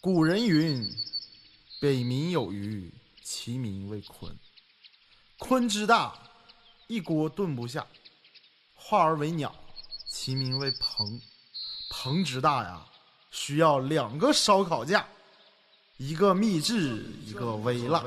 古人云：“北冥有鱼，其名为鲲。鲲之大，一锅炖不下。化而为鸟，其名为鹏。鹏之大呀，需要两个烧烤架，一个秘制，一个微辣。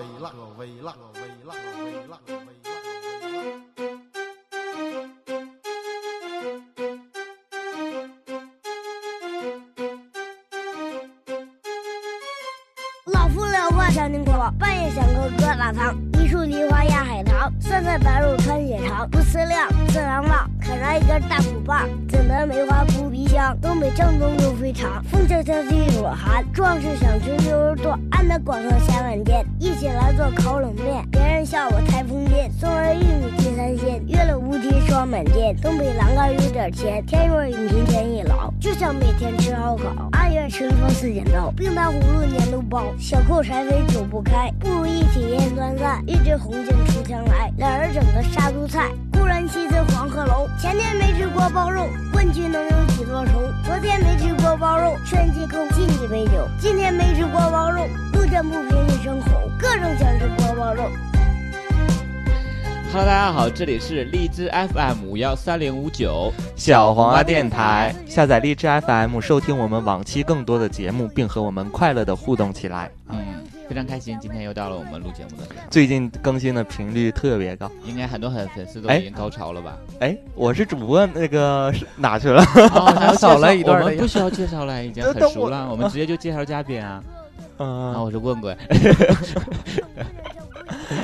老夫老话长青瓜，半夜响个疙瘩汤。一树梨花压海棠，酸菜白肉穿血肠。不思量，自难忘，啃上一根大苦棒。怎得梅花扑鼻香？东北正宗牛肥肠。风萧萧兮易水寒，壮士想吃牛肉段。安得广厦千万间？一起来做烤冷面。别人笑我太疯癫，送人玉米地三鲜。月了无敌霜满天，东北栏杆有点甜。天若有情天亦老，就想每天吃好烤。按月吃风四剪刀，冰糖葫芦粘豆包。小扣柴扉久不开，不如一起腌酸菜。一枝红杏出墙来，两人整个杀猪菜。故人西辞黄鹤楼，前天没吃锅包肉，问君能有几多愁？昨天没吃锅包肉，劝进空敬一杯酒。今天没吃锅包肉，路见不平一声吼，各种想吃锅包肉。 Hello，大家好，这里是荔枝 FM 五幺三零五九，小黄鸭电台，下载荔枝 FM 收听我们往期更多的节目，并和我们快乐的互动起来。嗯，非常开心，今天又到了我们录节目的时候，最近更新的频率特别高，应该很多很粉丝都哎已经高潮了吧？哎，我是主播，那个是哪去了？ 哦少了一段我儿的们呀不需要介绍了，已经等很等熟我了，我们直接就介绍嘉宾啊。嗯啊，，我是棍棍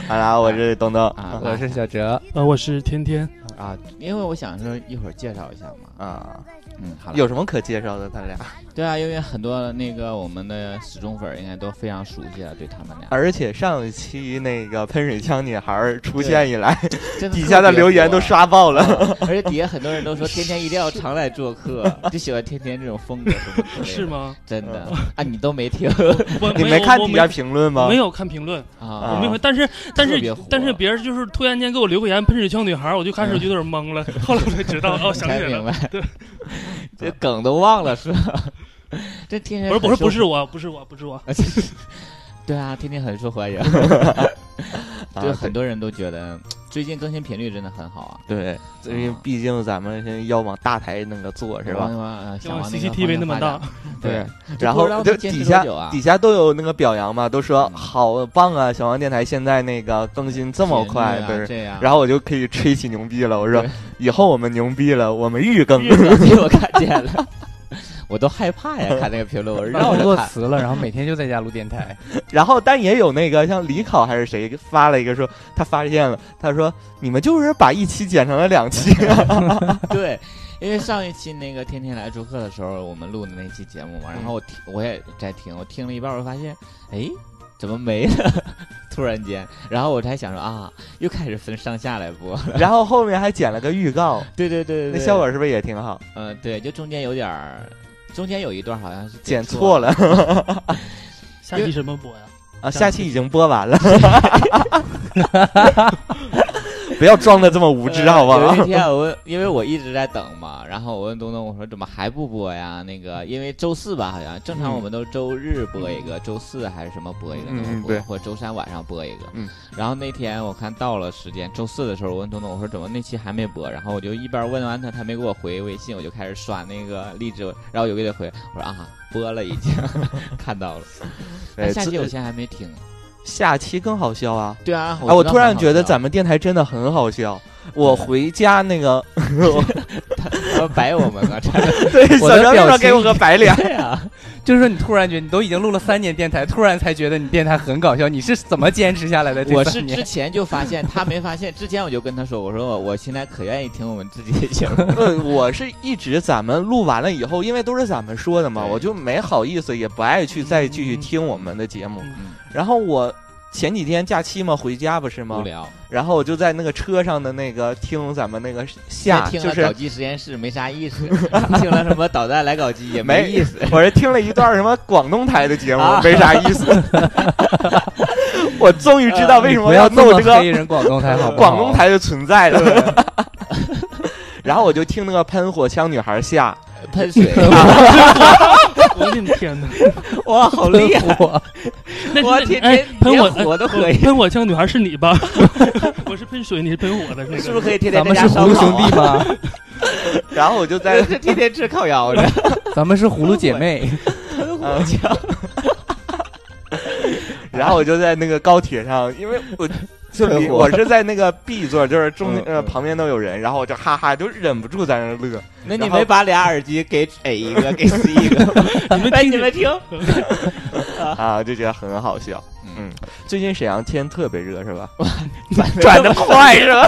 好啦，我是东东啊，我是小哲，呃，我是天天，啊，因为我想说一会儿介绍一下嘛。啊，嗯，好了，有什么可介绍的？他俩，对啊，因为很多那个我们的死忠粉儿应该都非常熟悉了，对他们俩而且上一期那个喷水枪女孩儿出现以来，真 底下的留言都刷。刷爆了。啊而且底下很多人都说天天一定要常来做客，就喜欢天天这种风格，什么之类的 是？吗？真的嗯啊，你都没听 我 你没没有看我底下评论吗没？有看评论，我啊没？有，但是但特别是火但是别人就是突然间给我留个言，喷水枪女孩，我就开始嗯有点懵了，后来我 才知道，哦，你想才起来明了，白， 这梗都忘了是吧？ 这天天不是不是不很是我，不是我，不是我，受， 对啊，天天很受欢 迎，啊就很多人都觉得最近更新频率真的很好啊，对，因为啊毕竟咱们现在要往大台那个做嗯是吧？吧？因想为往那个 CCTV 那么方向发大展，， 对，这然不知道后就能坚持底多下久啊底下都有那个表扬嘛，都说嗯好棒啊！小王电台现在那个更新这么快，频率啊对。这样，然后我就可以吹起牛逼了，我说对以后我们牛逼了，我们日更日 更被我看见了， 我都害怕呀！看那 个评论，我然后绕我着做看。词了，然后每天就在家录电台。 然后但也有那个像李考还是谁发了一个说他发现了，他说你们就是把一期剪成了两期，啊 对，因为上一期那个天天来做客的时候，我们录的那期节目嗯嘛，然后我听我也在听，我听了一半，我发现，哎，怎么没了？ 突然间，然后我才想说啊，又开始分上下来播。然后后面还剪了个预告，对对对对， 那对效，果是不是也挺好？嗯、对，就中间有点儿，中间有一段好像是剪错错了下期什么播呀？啊，下期已经播完了， 不要装的这么无知好不呃好有一？天我问，因为我一直在等嘛，然后我问东东，我说怎么还不播呀？那个，因为周四吧，好像正常嗯我们都是周日播一个，周四还是什么播一个，嗯都会嗯播对或者周三晚上播一个。嗯。然后那天我看到了时间，周四的时候，我问东东，我说怎么那期还没播？然后我就一边问完他，他没给我回微信，我就开始刷那个荔枝，然后有给他回，我说啊，播了已经 看到了。但 对下期哎这我现在还没听。下期更好笑啊！对啊，哎，我突然觉得咱咱们电台真的很好笑。我回家那个，白我们啊了，真的对，我小的张表说情给 我个白 脸，对啊。就是说，你突然觉得你都已经录了三年电台，突然才觉得你电台很搞笑，你是怎么坚持下来的？我这是三之年，前就发现，他没发现。之前我就跟他说，我说我我现在可愿意听我们自己的节 目。 嗯，我是一直咱们录完了以后，因为都是咱们说的嘛，对我就没好意思，也不爱去再继续听我们的节目。嗯然后我前几天假期嘛，回家不是无吗？聊，然后我就在那个车上的那个听咱们那个下，听就了是搞基实验室没啥意思， 听了什么导弹来搞基也没意思。 我是听了一段什么广东台的节目啊，没啥意思。 我终于知道为什么不要这弄么这个黑人广东台好不好？广东，台的存在了。 然后我就听那个喷火枪女孩下， 喷水，我跟你近 天呐，哇，好厉 害！火，那我那天哎天喷连我火都可哎以，喷我像女孩是你吧？ 我是喷水，你是喷火的，是是不是个。可以天天咱在们家是葫烧芦烤兄啊？弟 吗？然后我就在 这天天吃烤窑子，咱们是葫芦姐妹，喷火嗯然后我就在那个高铁上，因为我就喷离火我是在那个 B 座，就是中嗯呃嗯旁边都有人，然后我就哈哈，就忍不住在那儿乐。那你然后没把俩耳机给 A 一个，给 C 一 个吗？你们 哎，听你见们听，嗯啊，就觉得很好笑。嗯，最近沈阳天特别热是吧？ 转的快是吧？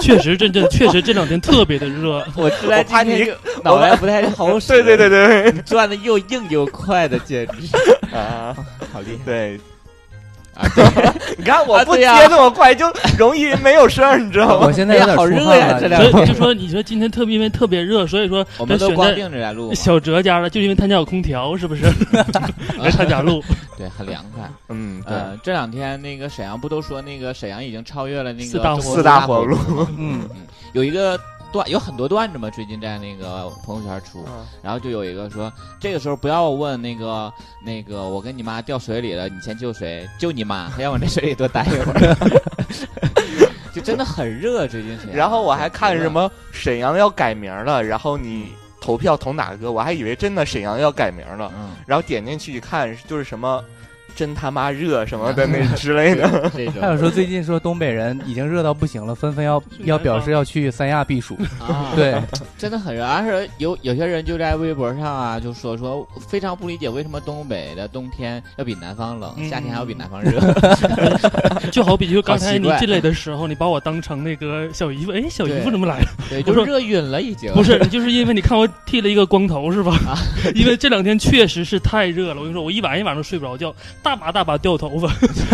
确实这这确实这两天特别的 热， 我突然 我怕今天你就脑袋不太好 使，对对对对，你转的又硬又快的，简直嗯啊，好厉害对， 啊！对你看我啊不对接呀那么快，就容易没有声儿，你知道我吗？现在有点出哎呀好热呀汗这了两。所以就说你说今天特别因为特别热，所以说 我们这都选光在腚着来录嘛，小哲家了，就因为他家有空调，是不 是？来他家录，对，很凉快。 嗯，对，呃，这两天那个沈阳不都说那个沈阳已经超越了那个四大中国四大火炉，嗯，有一个段有很多段子嘛，最近在那个朋友圈出，嗯然后就有一个说，这个时候不要问那个那个我跟你妈掉水里了，你先救谁？救你妈，让我在水里多待一会儿。 就真的很热，最近沈啊阳。 然后我还看什么沈阳要改名了，然后嗯你投票投哪个？我还以为真的沈阳要改名了，嗯，然后点进去一看，就是什么真他妈热什么的嗯那之类 的。这种还有说最近说东北人已经热到不行了，纷纷要去南方 要表示要去三亚避暑。啊， 对，真的很热，而且有有些人就在微博上啊，就说说非常不理解为什么东北的冬天要比南方冷，嗯夏天还要比南 方热。就好比就刚好才奇你怪进来的时候，你把我当成那个小姨夫，哎，小姨夫对怎么来了？对，我就说热晕了已经。不是，就是因为你看我剃了一个光头是吧？啊因为这两天确实是太热了，我跟你说，我一晚上一晚上睡不着觉，大把大把掉头发，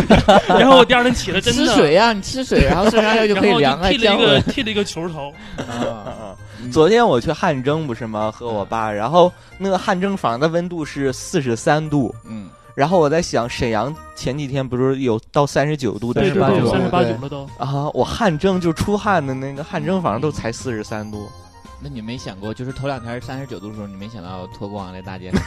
然后我第二天起来真吃的，水呀、你吃水，然后身上药就然可以后凉啊，剃了降一个温。剃了一个球头，啊嗯昨天我去汗蒸不是吗？和嗯我爸，然后那个汗蒸房的温度是四十三度，嗯，然后我在想，沈阳前几天不是有到三十九度的对是对吧？对， 39三十八对九了都。啊，我汗蒸就出汗的那个汗蒸房都才四十三度，那你没想过，就是头两天三十九度的时候，你没想到脱光在 大街上，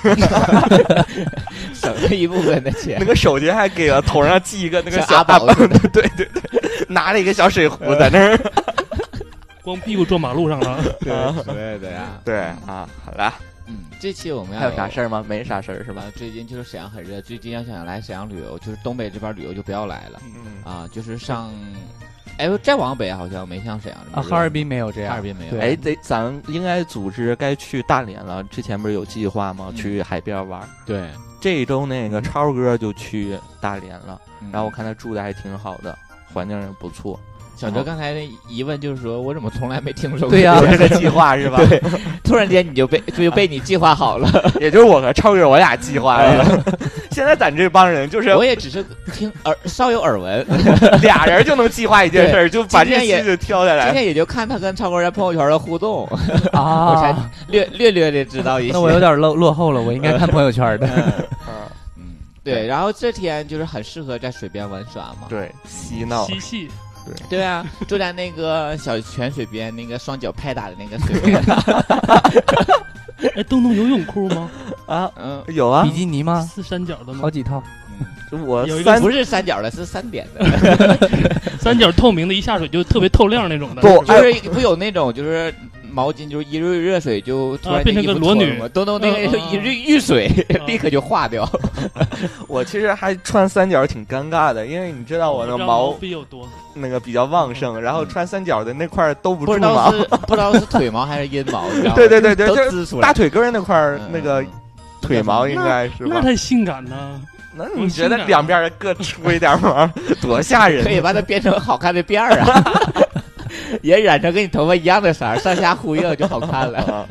省了一部分的钱 那。个手巾还给了头上系一个那个像小阿宝似的， 对对对，拿了一个小水壶在那儿。光屁股撞马路上了，对对的呀， 啊对啊，好了，嗯，这期我们要还有啥事儿吗？没啥事儿是吧？啊，最近就是沈阳很热，最近要想来沈阳旅游，就是东北这边旅游就不要来了嗯啊，就是上，哎呦，再往北好像没像沈阳这么啊，热哈尔滨没有这哈尔样。滨没有，对哎，得咱们应该组织该去大连了。之前不是有计划吗？嗯去海边玩。对，这一周那个超哥就去大连了，嗯然后我看他住的还挺好的，环境也不错。小嗯哲刚才的疑问就是说，我怎么从来没听说过？对呀有 这个计划是吧？ 对， 突然间你就被就被你计划好了。也就是我和超哥我俩计划的。 现在咱这帮人就是嗯啊哎我也只是听耳稍有耳 闻，俩人就能计划一件事儿，就把今这天也期就挑下今来。天也就看他跟超哥在朋友圈的互动， 我才啊，略略略的知道一些。那我有点落落后了，我应该看朋友圈的。嗯， 嗯，对，然后这天就是很适合在水边玩耍嘛。对，嬉闹嬉戏，对啊，就在那个小泉水边，那个双脚拍打的那个水 边，哎，东东有泳裤吗？啊，嗯，有啊比，基尼吗？四三角的吗好？几套。我有一个三不是三角的，是三点的， 三角透明的，一下水就特别透亮那种的。不哎是吧就是不有那种就是毛巾，就是一热热水就突然啊变成衣服个裸脱了女嘛东东那个嗯嗯嗯一遇遇水啊 立刻就化掉。我其实还穿三角挺尴尬的，因为你知道我那不个知道嗯毛笔有多，那个比较旺盛，然后穿三角的那块儿兜不不住知道毛，是不知道是腿毛还是阴毛，你知道吗对对对对都就是滋出来大。腿根儿那块儿嗯那个腿毛应该是那吧？才性感呢。那你觉得啊两边儿各出一 点毛，多吓可人！以把它变成好看的辫儿啊， 也染成跟你头发一样的色儿，上下呼应就好看了。啊，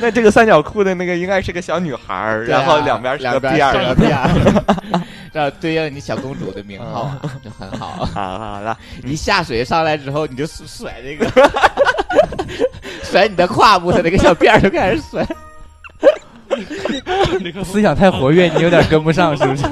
那这个三角裤的那个应该是个小女孩儿，对啊 然后两边儿是两个边辫是个儿嗯辫儿， 这样对应你小公主的名号啊，就很好。啊，好了，你下水上来之后，你就甩这个，甩你的胯部，它那个小辫儿就开始甩。那个 思想太活跃，你有点跟 不上，是不是？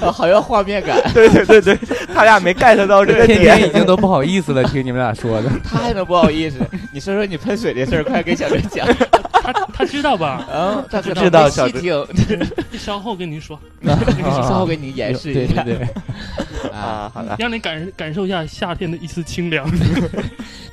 啊好有画面 感，对对对对，他俩没 get 到这个天点天已。经都不好意思了，听你们俩说的。他还能不好意思？你说说你喷水的事儿，快给小陈讲。他他知道吧？嗯，他可能知道没小细哲听，稍后跟您 说， 稍后给你演示一下。对对啊对啊，好的，让你感感受一下夏天的一丝清凉。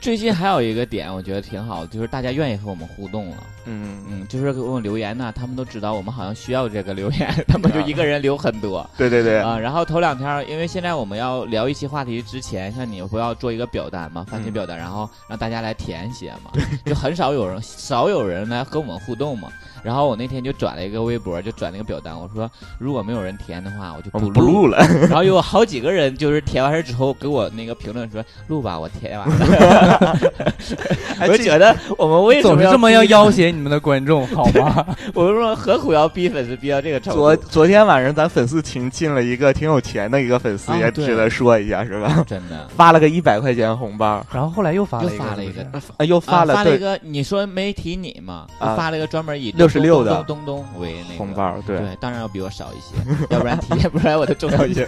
最近还有一个点，我觉得挺好，就是大家愿意和我们互动了。嗯嗯，嗯，就是给我们留言呐、他们都知道我们好像需要这个留言，他们就一个人留很多。对对对，啊，然后头两天儿，因为现在我们要聊一期话题之前，像你不要做一个表单嘛，番茄嗯表单，然后让大家来填写嘛，就很少有人少有人来和我们互动嘛。然后我那天就转了一个微博，就转了一个表单，我说如果没有人填的话，我就我不们不录了，然后有好几个人就是填完事儿之后给我那个评论说录吧，我填完了。 我哎这觉得我们为什 总么是这么逼要要挟你们的观众好吗？我们说何苦要逼粉丝逼到这个程昨度？昨天晚上咱粉丝群进了一个挺有钱的一个粉丝，啊也对值得说一下，是吧？真的 发了个一百块钱红包， 然后后来又发又了一个，发了一个是不是，啊，又啊发了发了一对个，你说没提你嘛？就啊发了一个专门以66的咚咚咚咚为那个红。包， 对，对，当然要比我少一些，要不然 提，不然我就中到一些。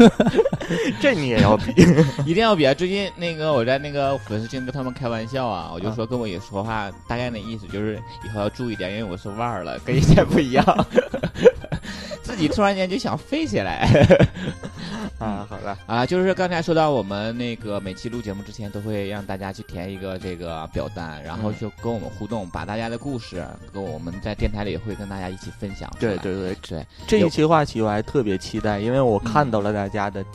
这你也 要比一定要比啊！最近那个我在那个粉丝群跟他们开玩笑啊，我就说跟我也说话，大概那意思就是以后要注意点，因为我是腕儿了，跟以前不一样。 自己突然间就想飞起来啊！好了，啊！就是刚才说到我们那个每期录节目之前都会让大家去填一个这个表单，然嗯后就跟我们互动，把大家的故事跟我们在电台里会跟大家一起分享出来。对对对，对，这有嗯一期话题我还特别期待，因为我看到了大家的，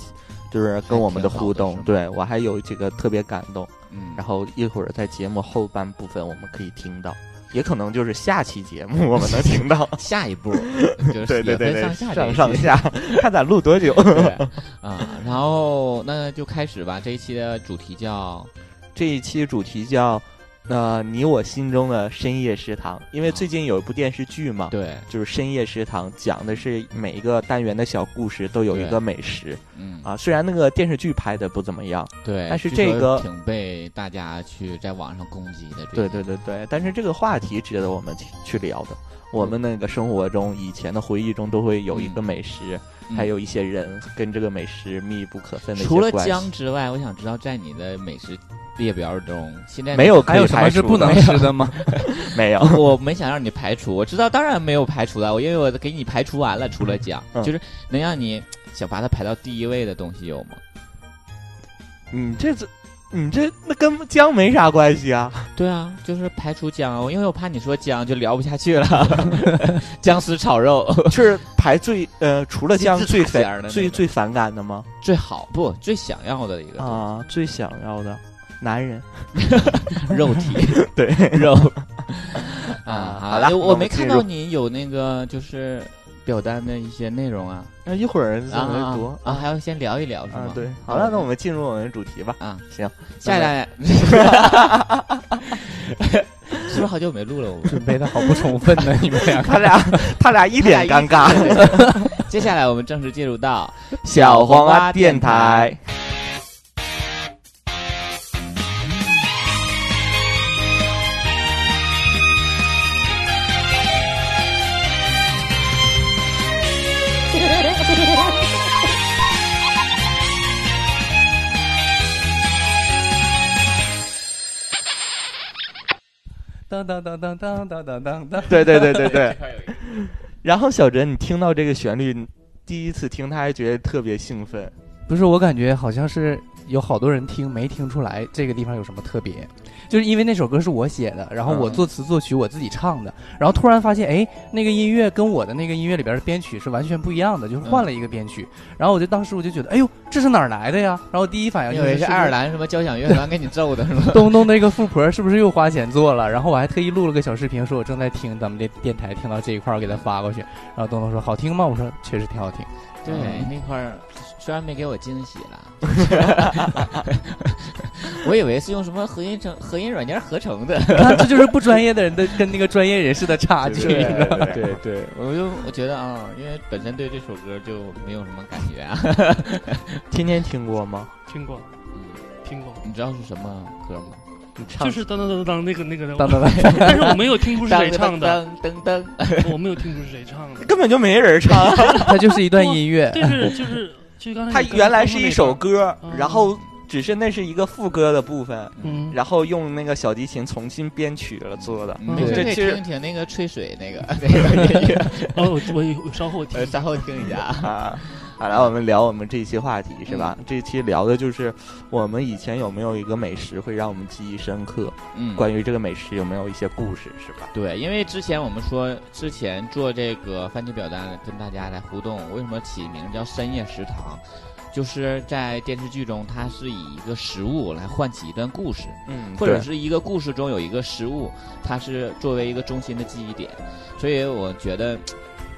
就是跟我们还互挺好的是动吗，对我还有这个特别感动。 嗯，。然后一会儿在节目后半部分我们可以听到，也可能就是下期节目我们能听到 下一 步就是对对对也对，分上下这一上期上下，看咱录多久。 对，啊，然后那就开始吧。这一期的主题叫这一期主题叫“呃，你我心中的深夜食堂”，因为最近有一部电视剧嘛，对，就是《深夜食堂》，讲的是每一个单元的小故事都有一对个美食嗯，啊。虽然那个电视剧拍的不怎么样，对。但是据说这个挺被大家去在网上攻击的，对对对对，但是这个话题值得我们去去聊的。我们那个生活中以前的回忆中都会有一个美食，嗯还有一些人跟这个美食密不可分的一些除了关系姜之外，我想知道在你的美食列表中，现在没有可还以有什么排是除不的能吃的吗？ 没有啊我没想让你排除，我知道当然没有排除的，我因为我给你排除完了，除了姜，嗯就是能让你想把它排到第一位的东西有吗？你这这你这那跟姜没啥关 系啊？对啊，就是排除姜啊，因为我怕你说姜就聊不下去了， 姜丝炒肉。是排最呃除了姜金字最塔反尖儿的那最种最反感的吗？最好不最想要的一个东啊，最想要的男人西肉 体对肉啊啊，好好了哎那我我没们看进到入你有那个就是表单的一些内容啊 那一会儿怎啊么读啊啊，还要先聊一聊是啊吗？？嗯对，好了，那我们进入我们的主题吧。啊，行，下一来 是不是好久没录了？我们准备的好不充分呢，你们 俩。他俩他俩一脸尴尬。接下来我们正式进入到小黄蛙电台，当当当当当当当当当， 对对对对对。 然后小哲，你听到这个旋律，你第一次听他还觉得特别兴奋。不是我感觉好像是有好多人听没听出来这个地方有什么特别，就是因为那首歌是我写的，然后我嗯作词作曲我自己唱的，然后突然发现哎，那个音乐跟我的那个音乐里边的编曲是完全不一样的，就是换了一个编曲，然后我就当时我就觉得哎呦这是哪儿来的呀？然后第一反应因就是为是是不爱是尔兰什么交响乐团给你揍的是 吗？东东那个富婆是不是又花钱做了？然后我还特意录了个小视频，说我正在听咱们这电台，听到这一块儿给他发过去。然后东东说好听吗？我说确实挺好 听。对嗯，那块儿虽然没给我惊喜了，我以为是用什么合音成合音软件合成的，你看，这就是不专业的人的跟那个专业人士的差啊距。对你知道吗 对对对，我就我觉得啊、因为本身对这首歌就没有什么感觉啊。天天听过吗？听过，听过，你知道是什么歌吗？你唱就是当当当当那个那个的，当当当， 但是我没有听出是谁唱的，噔噔噔，我没有听出是谁唱的。 根本就没人 唱。它就是一段音乐。对，是就是就刚才它你刚原来刚是说那一首个歌嗯，然后只是那是一个副歌的部分，嗯，然后用那个小提琴重新编曲了做的。没事对可以其实听一听那个吹水那个那个音乐，哦，我我我稍后听呃，。稍后听一下啊。啊。好来，我们聊我们这一期话题是吧？这一期聊的就是我们以前有没有一个美食会让我们记忆深刻？嗯，关于这个美食有没有一些故事是吧？对，因为之前我们说，之前做这个番茄表单跟大家来互动，为什么起名叫深夜食堂？就是在电视剧中，它是以一个食物来唤起一段故事，嗯或者是一个故事中有一个食物，它是作为一个中心的记忆点。所以我觉得，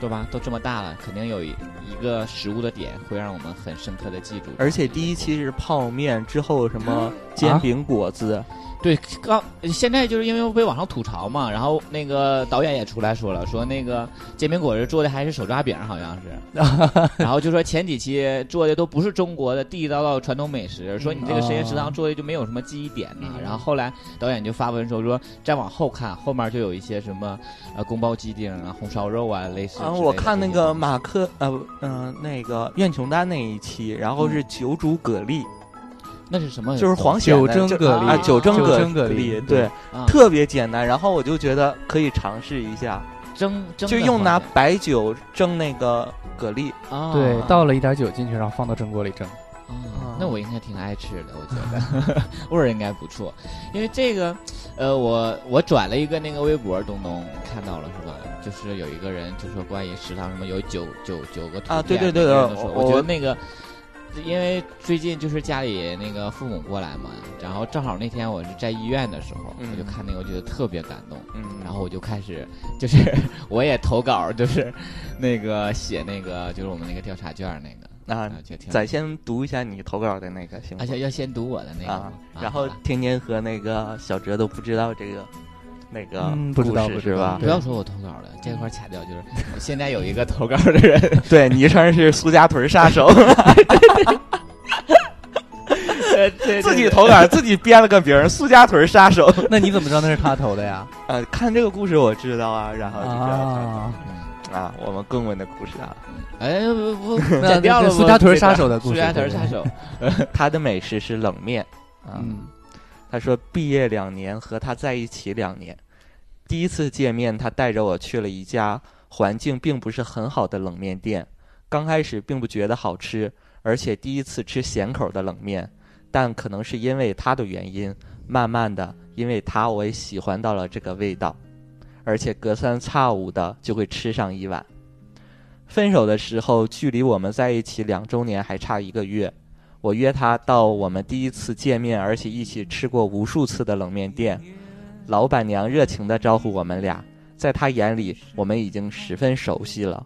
对吧？都这么大了，肯定有一一个食物的点会让我们很深刻的记住。而且第一期是泡面，之后什么煎饼果子，对，刚现在就是因为被网上吐槽嘛，然后那个导演也出来说了，说那个煎饼果子做的还是手抓饼，好 像是，然后就说前几期做的都不是中国的地地道道的传统美食，说你这个深夜食堂做的就没有什么记忆点呢、嗯然后后来导演就发文说说再往后看，后面就有一些什么呃宫保鸡丁啊、红烧肉啊类似之类的这些啊，东西。我看那个马克，呃，不嗯、那个苑琼丹那一期，然后是九煮蛤蜊，那是什么？就是黄蚬的九蒸就蛤蜊嗯啊，九蒸九蛤蒸蛤蜊蜊，对对，啊特别简单。然后我就觉得可以尝试一下，蒸蒸就的用拿黄蚬白酒蒸那个蛤蜊，啊 对，倒了一点酒进去，然后放到蒸锅里 蒸。嗯啊，那我应该挺爱吃的，我觉得 味儿应该不错。因为这个，呃，我我转了一个那个微博，东东你看到了是吧？就是有一个人就说关于食堂什么有九九九个图片啊对对对每个人对都说我我觉得那个。因为最近就是家里那个父母过来嘛，然后正好那天我是在医院的时候，嗯我就看那个，我觉得特别感动，嗯，然后我就开始就是 我也投稿，就是那个写那个就是我们那个调查卷儿那个，啊啊，，就挺咱先读一下你投稿的那个行而？吗啊且要先读我的那个啊吗，然后好吧天天和那个小哲都不知道这个那个嗯不故知道事不知是吧道？不要说我投稿了，这块儿掐掉。就是啊 现在有一个投稿的 人，对，昵称是苏家屯杀手，呃对自己投稿，自己编了个名儿“苏家屯杀手”。那你怎么知道那是他投的呀？啊，看这个故事我知道啊，然后就知道啊，他啊，我们棍棍的故事啊，嗯哎不 不不，那剪掉了那吧。是苏家屯杀手的故事苏家屯杀手，他的美食是冷面啊。嗯，他说毕业两年和他在一起两年，第一次见面，他带着我去了一家环境并不是很好的冷面店。刚开始并不觉得好吃，而且第一次吃咸口的冷面，但可能是因为他的原因，慢慢的，因为他我也喜欢到了这个味道，而且隔三差五的就会吃上一碗。分手的时候，距离我们在一起两周年还差一个月，我约他到我们第一次见面，而且一起吃过无数次的冷面店。老板娘热情地招呼我们俩，在她眼里，我们已经十分熟悉了。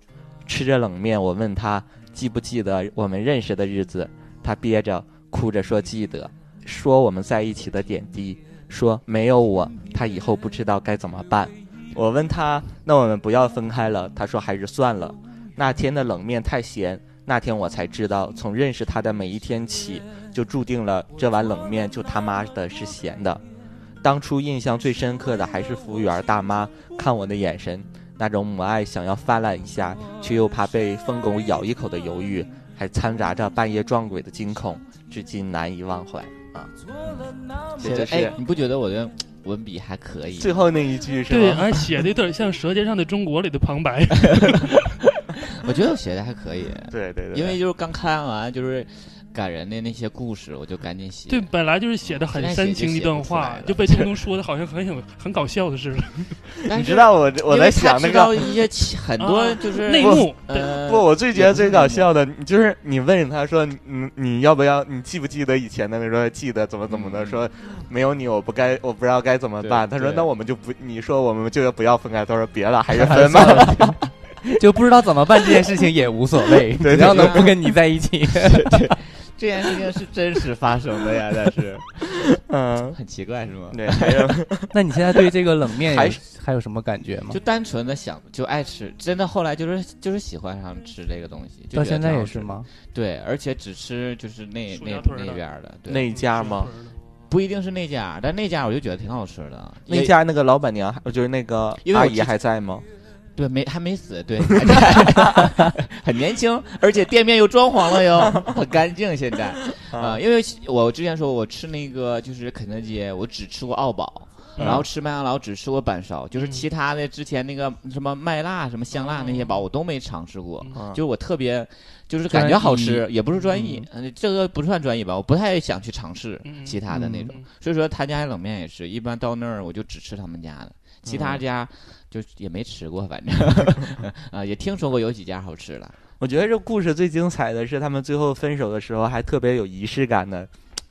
吃着冷面，我问她记不记得我们认识的日子，她憋着哭着说记得，说我们在一起的点滴，说没有我，她以后不知道该怎么办。我问她，那我们不要分开了，她说还是算了。那天的冷面太咸，那天我才知道，从认识他的每一天起，就注定了这碗冷面就他妈的是咸的。当初印象最深刻的还是服务员大妈看我的眼神，那种母爱想要泛滥一下，却又怕被疯狗咬一口的犹豫，还掺杂着半夜撞鬼的惊恐，至今难以忘怀啊！写写的的是哎，你不觉得我的文笔还可以？最后那一句是对，吗？而且写的有点像《舌尖上的中国》里的旁白。我觉得我写的还可以，对对对，因为就是刚看完就是感人的那些故事，我就赶紧写。对，本来就是嗯写的很煽情一段话，就被东东说的好像很有很搞笑的似的。但你是知道我我因在为他想那知个道一些其很多啊就是内幕，对呃，不，我最觉得最搞也笑的，你就是你问他说，你你要不要，你记不记得以前的？那说记得怎么怎么的，嗯说没有你我不该，我不知道该怎么办。对他说对那我们就不，你说我们就要不要分开？他说别 了，还是分吧。就不知道怎么办这件事情也无所 谓，对只要对能不跟你在一 起。这件事情是真实发生的呀，但是 嗯，很奇怪是吗？对，还有那你现在对这个冷面有还是还有什么感觉吗就？单纯的想就爱吃，真的后来就是就是喜欢上吃这个东西，就觉得到现在挺也好吃是？吗？对，而且只吃就是那薯那条腿儿那的边儿的，对，那家吗？？不一定是那家，但那家我就觉得挺好吃的。 那也家那个老板娘，就是那个因为阿我姨之还在吗？对，没还没死，对， 还在很年轻，而且店面又装潢了 哟，很干净现在啊、因为我之前说我吃那个就是肯德基，我只吃过奥宝。嗯然后吃麦当劳只吃过板烧，就是嗯其他的之前那个什么麦辣、什么香辣那哦些堡我都没尝试过， 啊就是我特别就是专感一觉好吃，也不是专一，嗯，这个不算专一吧，我不太想去尝试嗯其他的那种。嗯所以说他家冷面也是一般到那儿我就只吃他们家的，其嗯他家就也没吃过，反 正啊也听说过有几家好吃了。我觉得这故事最精彩的是他们最后分手的时候还特别有仪式感的，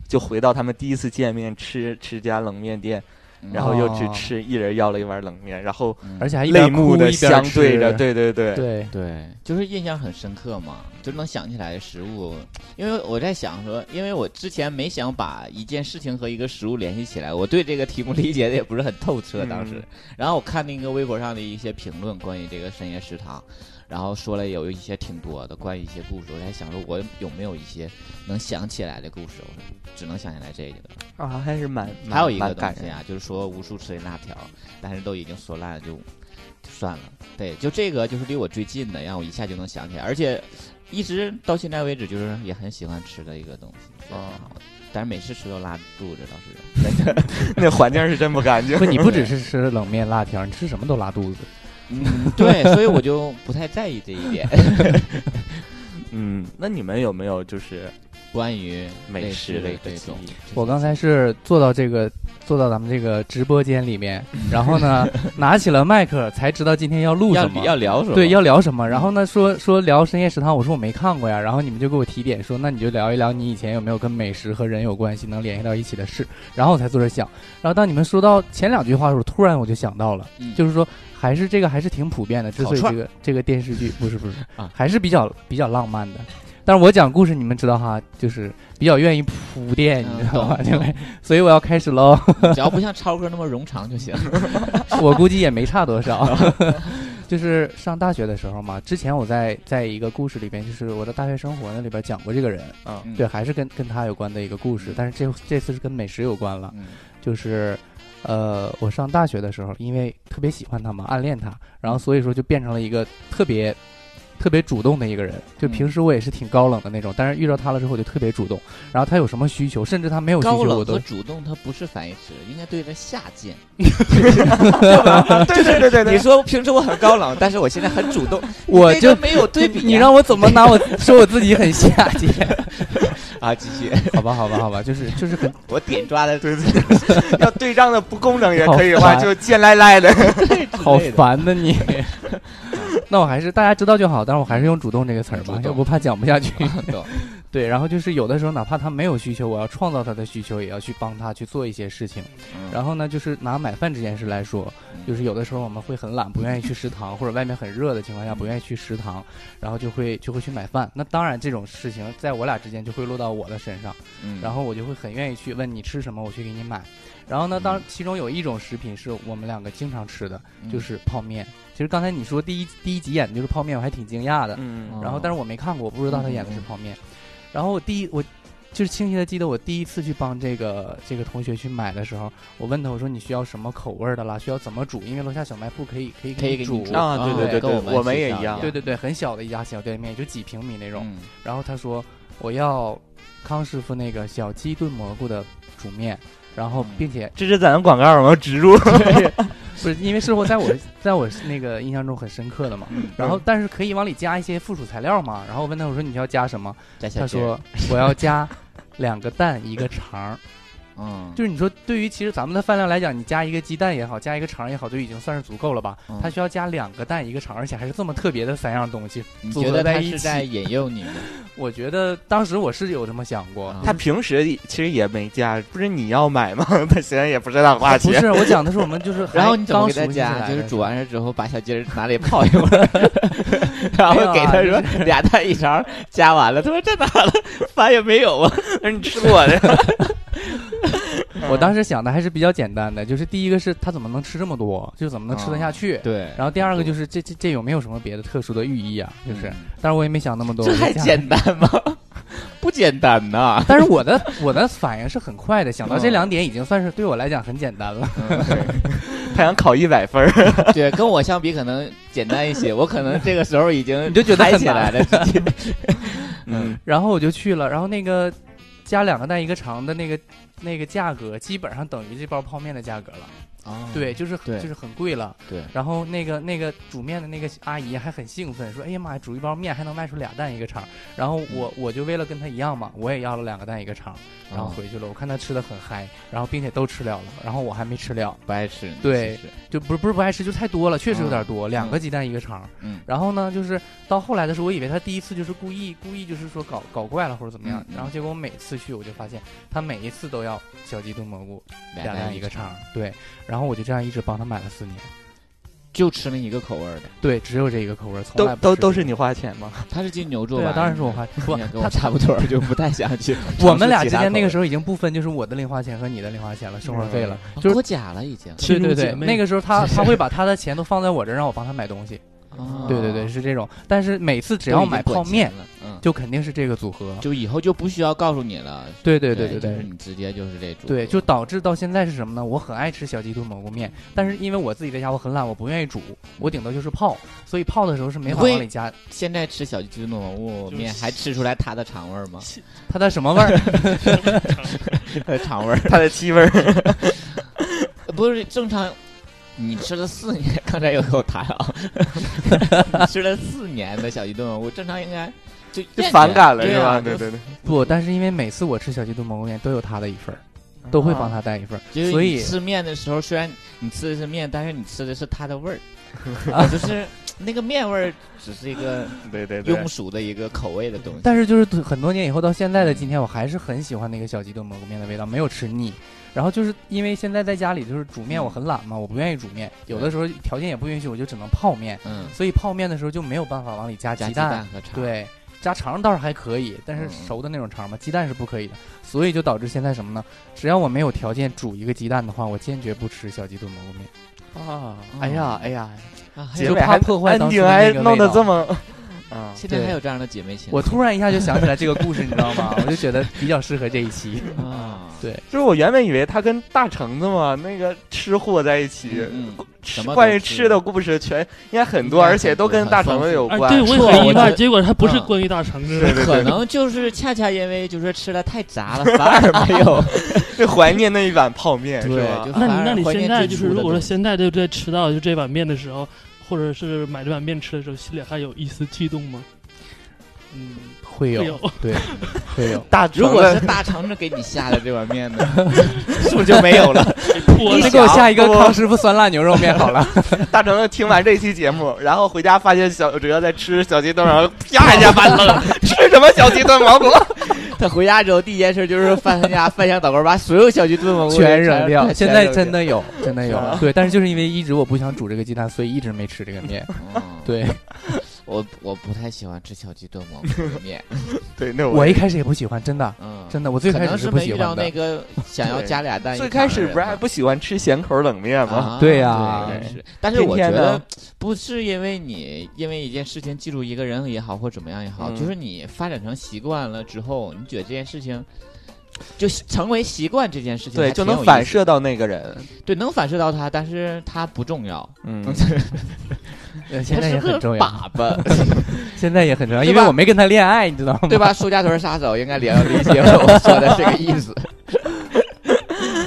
就回到他们第一次见面吃吃家冷面店，嗯然后又只哦吃一人要了一碗冷面，然后嗯而且还一泪边目哭的一边相对吃着，对对对， 对，对，就是印象很深刻嘛，就能想起来的食物。因为我在想说，因为我之前没想把一件事情和一个食物联系起来，我对这个题目理解的也不是很透彻嗯当时。然后我看那个微博上的一些评论，关于这个深夜食堂。然后说了有一些挺多的关于一些故事，我在想说，我有没有一些能想起来的故事？我只能想起来这个。啊，还是蛮还有一个蛮东感西人啊，就是说无数吃的辣条，但是都已经说烂了就，就算了。对，就这个就是离我最近的，让我一下就能想起来，而且一直到现在为止，就是也很喜欢吃的一个东西，哦觉得挺好的。但是每次吃都拉肚子，倒是真 的。 那环境是真不 干净。不，你不只是吃冷面辣条，你吃什么都拉肚子。嗯，对，所以我就不太在意这一点。 嗯，那你们有没有就是关于美食的类似一个的这记种， 忆？我刚才是坐到这个坐到咱们这个直播间里面，然后 呢拿起了麦克，才知道今天要录要什么。要聊什么？对，要聊什么？然后呢，说说聊深夜食堂，我说我没看过呀。然后你们就给我提点说，那你就聊一聊你以前有没有跟美食和人有关系能联系到一起的事。然后我才坐这想。然后当你们说到前两句话的时候，突然我就想到了，嗯就是说还是这个还是挺普遍的。之所以烤串这个这个电视剧不是不是啊还是比较比较浪漫的。但是我讲故事，你们知道哈，就是比较愿意铺垫，你知道吧？嗯就懂会，所以我要开始喽。只要不像超哥那么冗长就行。我估计也没差多少。就是上大学的时候嘛，之前我在在一个故事里边，就是我的大学生活那里边讲过这个人，啊嗯 对，还是跟跟他有关的一个故事，但是这这次是跟美食有关了。嗯就是，呃，我上大学的时候，因为特别喜欢他嘛，暗恋他，然后所以说就变成了一个特别特别主动的一个人。嗯就平时我也是挺高冷的那种，但是遇到他了之后我就特别主动。然后他有什么需求，甚至他没有需高求我冷都和主动，它不是反义词，应该对着下贱。啊对对对对 对，你说平时我很高冷，但是我现在很 主动，我你这就个没有对比啊、你让我怎么拿 我说我自己很下贱？啊，继续，好吧，好吧，好吧，就是就是很我点抓的对对对， 要对仗的不工整也可以的好话，烦就贱赖赖的。 好 烦的你。 那我还是大家知道就好，但是我还是用主动这个词儿主吧动，要不怕讲不下去。懂对，然后就是有的时候哪怕他没有需求，我要创造他的需求，也要去帮他去做一些事情。 然后呢，就是拿买饭这件事来说，就是有的时候我们会很懒，不愿意去食堂，或者外面很热的情况下不愿意去食堂，然后就会就会去买饭。那当然这种事情在我俩之间就会落到我的身上。嗯然后我就会很愿意去问你吃什么，我去给你买。然后呢，当其中有一种食品是我们两个经常吃的，嗯就是泡面。其实刚才你说第一第一集演的就是泡面，我还挺惊讶的。哦嗯然后，但是我没看过，我不知道他演的是泡面。然后我第一我。就是清晰的记得，我第一次去帮这个这个同学去买的时候，我问他，我说你需要什么口味儿的啦？需要怎么煮？因为楼下小卖部可以可以嗯可以给煮你煮啊对对对跟对们我我们也一一样对对对，很小的一家小店面，也就几平米那种。嗯然后他说我要康师傅那个小鸡炖蘑菇的煮面，然后嗯并且这是咱们广告有没有植入？ 不是因为是我在我 在我那个印象中很深刻的嘛，嗯然后但是可以往里加一些附属材料嘛，然后我问他我说你要加什么，在下他说我要加。两个蛋一个肠儿，嗯，就是你说对于其实咱们的饭量来讲，你加一个鸡蛋也好，加一个肠儿也好，就已经算是足够了吧？嗯他需要加两个蛋一个肠儿，而且还是这么特别的三样东西。你组觉合得在他一是起在引诱 你吗？我觉得当时我是有这么想过，啊他平时其实也没加，不是你要买吗？他现在也不是他花不钱。是我讲的是我们就是还 然后你怎么刚给熟他悉起加？来就是的煮时候完事之后，把小鸡儿拿里泡一会 儿，然后给他没有说啊俩蛋一勺，加完了，他说这哪了？饭也没有啊！那你 吃我 的。我当时想的还是比较简单的，就是第一个是他怎么能吃这么多，就怎么能吃得下去。嗯对然后第二个就是这这这有没有什么别的特殊的寓意啊？就是，但是我也没想那么多。这我就还加嗯简单吗？不简单呐！但是我的我的反应是很快的，想到嗯 这两点已经算是对我来讲很简单了。 他想考一百分儿，对，跟我相比可能简单一些，我可能这个时候已经你就觉得抬很起来难了，直接嗯，然后我就去了，然后那个加两个蛋一个肠的那个那个价格，基本上等于这包泡面的价格了。 哦对，就是对就是很贵了。对然后那个那个煮面的那个阿姨还很兴奋，说：“哎呀妈呀，煮一包面还能卖出俩蛋一个肠。”然后我嗯我就为了跟她一样嘛，我也要了两个蛋一个肠，然后哦回去了。我看她吃的很嗨，然后并且都吃了了，然后我还没吃了，不爱吃，对其实，就不是不是不爱吃，就太多了，确实有点嗯多，两个鸡蛋一个肠。嗯，然后呢，就是到后来的时候，我以为他第一次就是故意故意就是说搞搞怪了或者怎么样嗯，嗯然后结果我每次去我就发现他每一次都要小鸡炖蘑菇，俩蛋蛋一个肠，，对，然后我就这样一直帮他买了四年，就吃那一个口味儿的，对，只有这一个口味，从来都不都吃都别是的你花钱吗？ 他是金牛座对吧啊，？当然是我花， 不应该，跟他我差不多，就不太想去尝试其他口味。我们俩之间那个时候候已经不分就是我的零花钱和你的零花钱了，生活费了，就是哦过假了已经。对对亲如对，姐妹那个时候他他会把他的钱都放在我这儿，让我帮他买东西，哦对对对，，是这种，但是每次只只要买泡面，了，嗯，就肯定是这个组合，就以后就不需要告诉你了。对对对对对就是。你直接就是这种。对，就导致到现在是什么呢？我很爱吃小鸡炖蘑菇面，但是因为我自己在家我很懒，我不愿意煮，我顶多就是泡，所以泡的时候是没法你会往里加。现在吃小鸡炖蘑菇面，就是还吃出来它的肠味儿 吗？它的什么味儿？ 肠味儿它的气味儿，不是正常。你吃了四年，刚才有口痰啊！你啊 吃了四年的小鸡炖蘑菇，正常应该就就厌倦反感了对是啊吧？对对对，不，但是因为每次我吃小鸡炖蘑菇面都有它的一份儿，都会帮他带一份儿，啊就是所你以吃面的时候，虽然你吃的是面，但是你吃的是它的味儿，就是那个面味儿只是一个对对对庸，俗的一个口味的东西。但是就是很多年以后到现在的今天，我还是很喜欢那个小鸡炖蘑菇面的味道，没有吃腻。然后就是因为现在在家里就是煮面，我很懒嘛，我不愿意煮面，有的时候条件也不允许，我就只能泡面，嗯，所以泡面的时候就没有办法往里加加鸡鸡蛋。和肠，，对，加肠倒是还可以，但是嗯熟的那种肠嘛，鸡蛋是不可以的，所以就导致现在什么呢？只要我没有条件煮一个鸡蛋的话，我坚决不吃小鸡炖蘑菇面。啊哎嗯呀哎呀，啊、还结有就尾怕还破坏当初 ending 的那还个味弄得道这么， 啊，现在对还有这样的姐妹情，啊我突然一下就想起来这个故事，你知道吗？我就觉得比较适合这一 期。啊，对，就是我原本以为他跟大橙子嘛那个吃货在一起，嗯，嗯吃什么都关于吃吃的故事全应该很多，应该而且很都多跟很大丰橙子富啊有哎，关。对我也错很我意外，就结果还不是嗯关于大橙子对的，对可对，能就是恰恰因为就是吃的太杂了，反而没有就怀念那一碗泡面，是对，吧就？那反你那而你怀现念在最就是，初的如果说东西现在就在吃到就这碗面的时候，或者是买这碗面吃的时候，心里还有一丝悸动吗？嗯，会会有有，对，会有。大如橙果是 子，大橙子给你下的这碗面呢，是不是就没有了？ 我你那个再给我下一个我康师傅酸辣牛肉面好 了。 大橙子听完这期节目，然后回家发现小哲在吃小鸡炖，然后啪一下翻 了，吃什么小鸡炖蘑菇？他回家之后第一件事就是翻他家翻箱倒柜，把所有小鸡炖蘑菇全扔掉，全 现在真的有，真的是有吧，对，但是就是因为一直我不想煮这个鸡蛋，所以一直没吃这个面，嗯， 对。我我不太喜欢吃小鸡炖蘑菇的面，对，那我一开始也不喜欢，真的，嗯， 真的，我最可开能始是不没喜遇欢到的那。个 想要加俩蛋一最个开糖的始人吧。不是还不喜欢吃咸口冷面啊吗？对呀对是但是我天觉天得的不是因为你因为一件事情记住一个人也好，或怎么样也好，嗯就是你发展成习惯了之后，你觉得这件事情。就成为习惯这件事情还对，挺有意思，就能反射到那个 人。对，能反射到他，但是他不重要，嗯，呃现在也很重要， 粑粑，现在也很重要，对因吧为我没跟他恋爱，你知道吗？对吧？苏家屯杀手应该了理解我说的这个意思。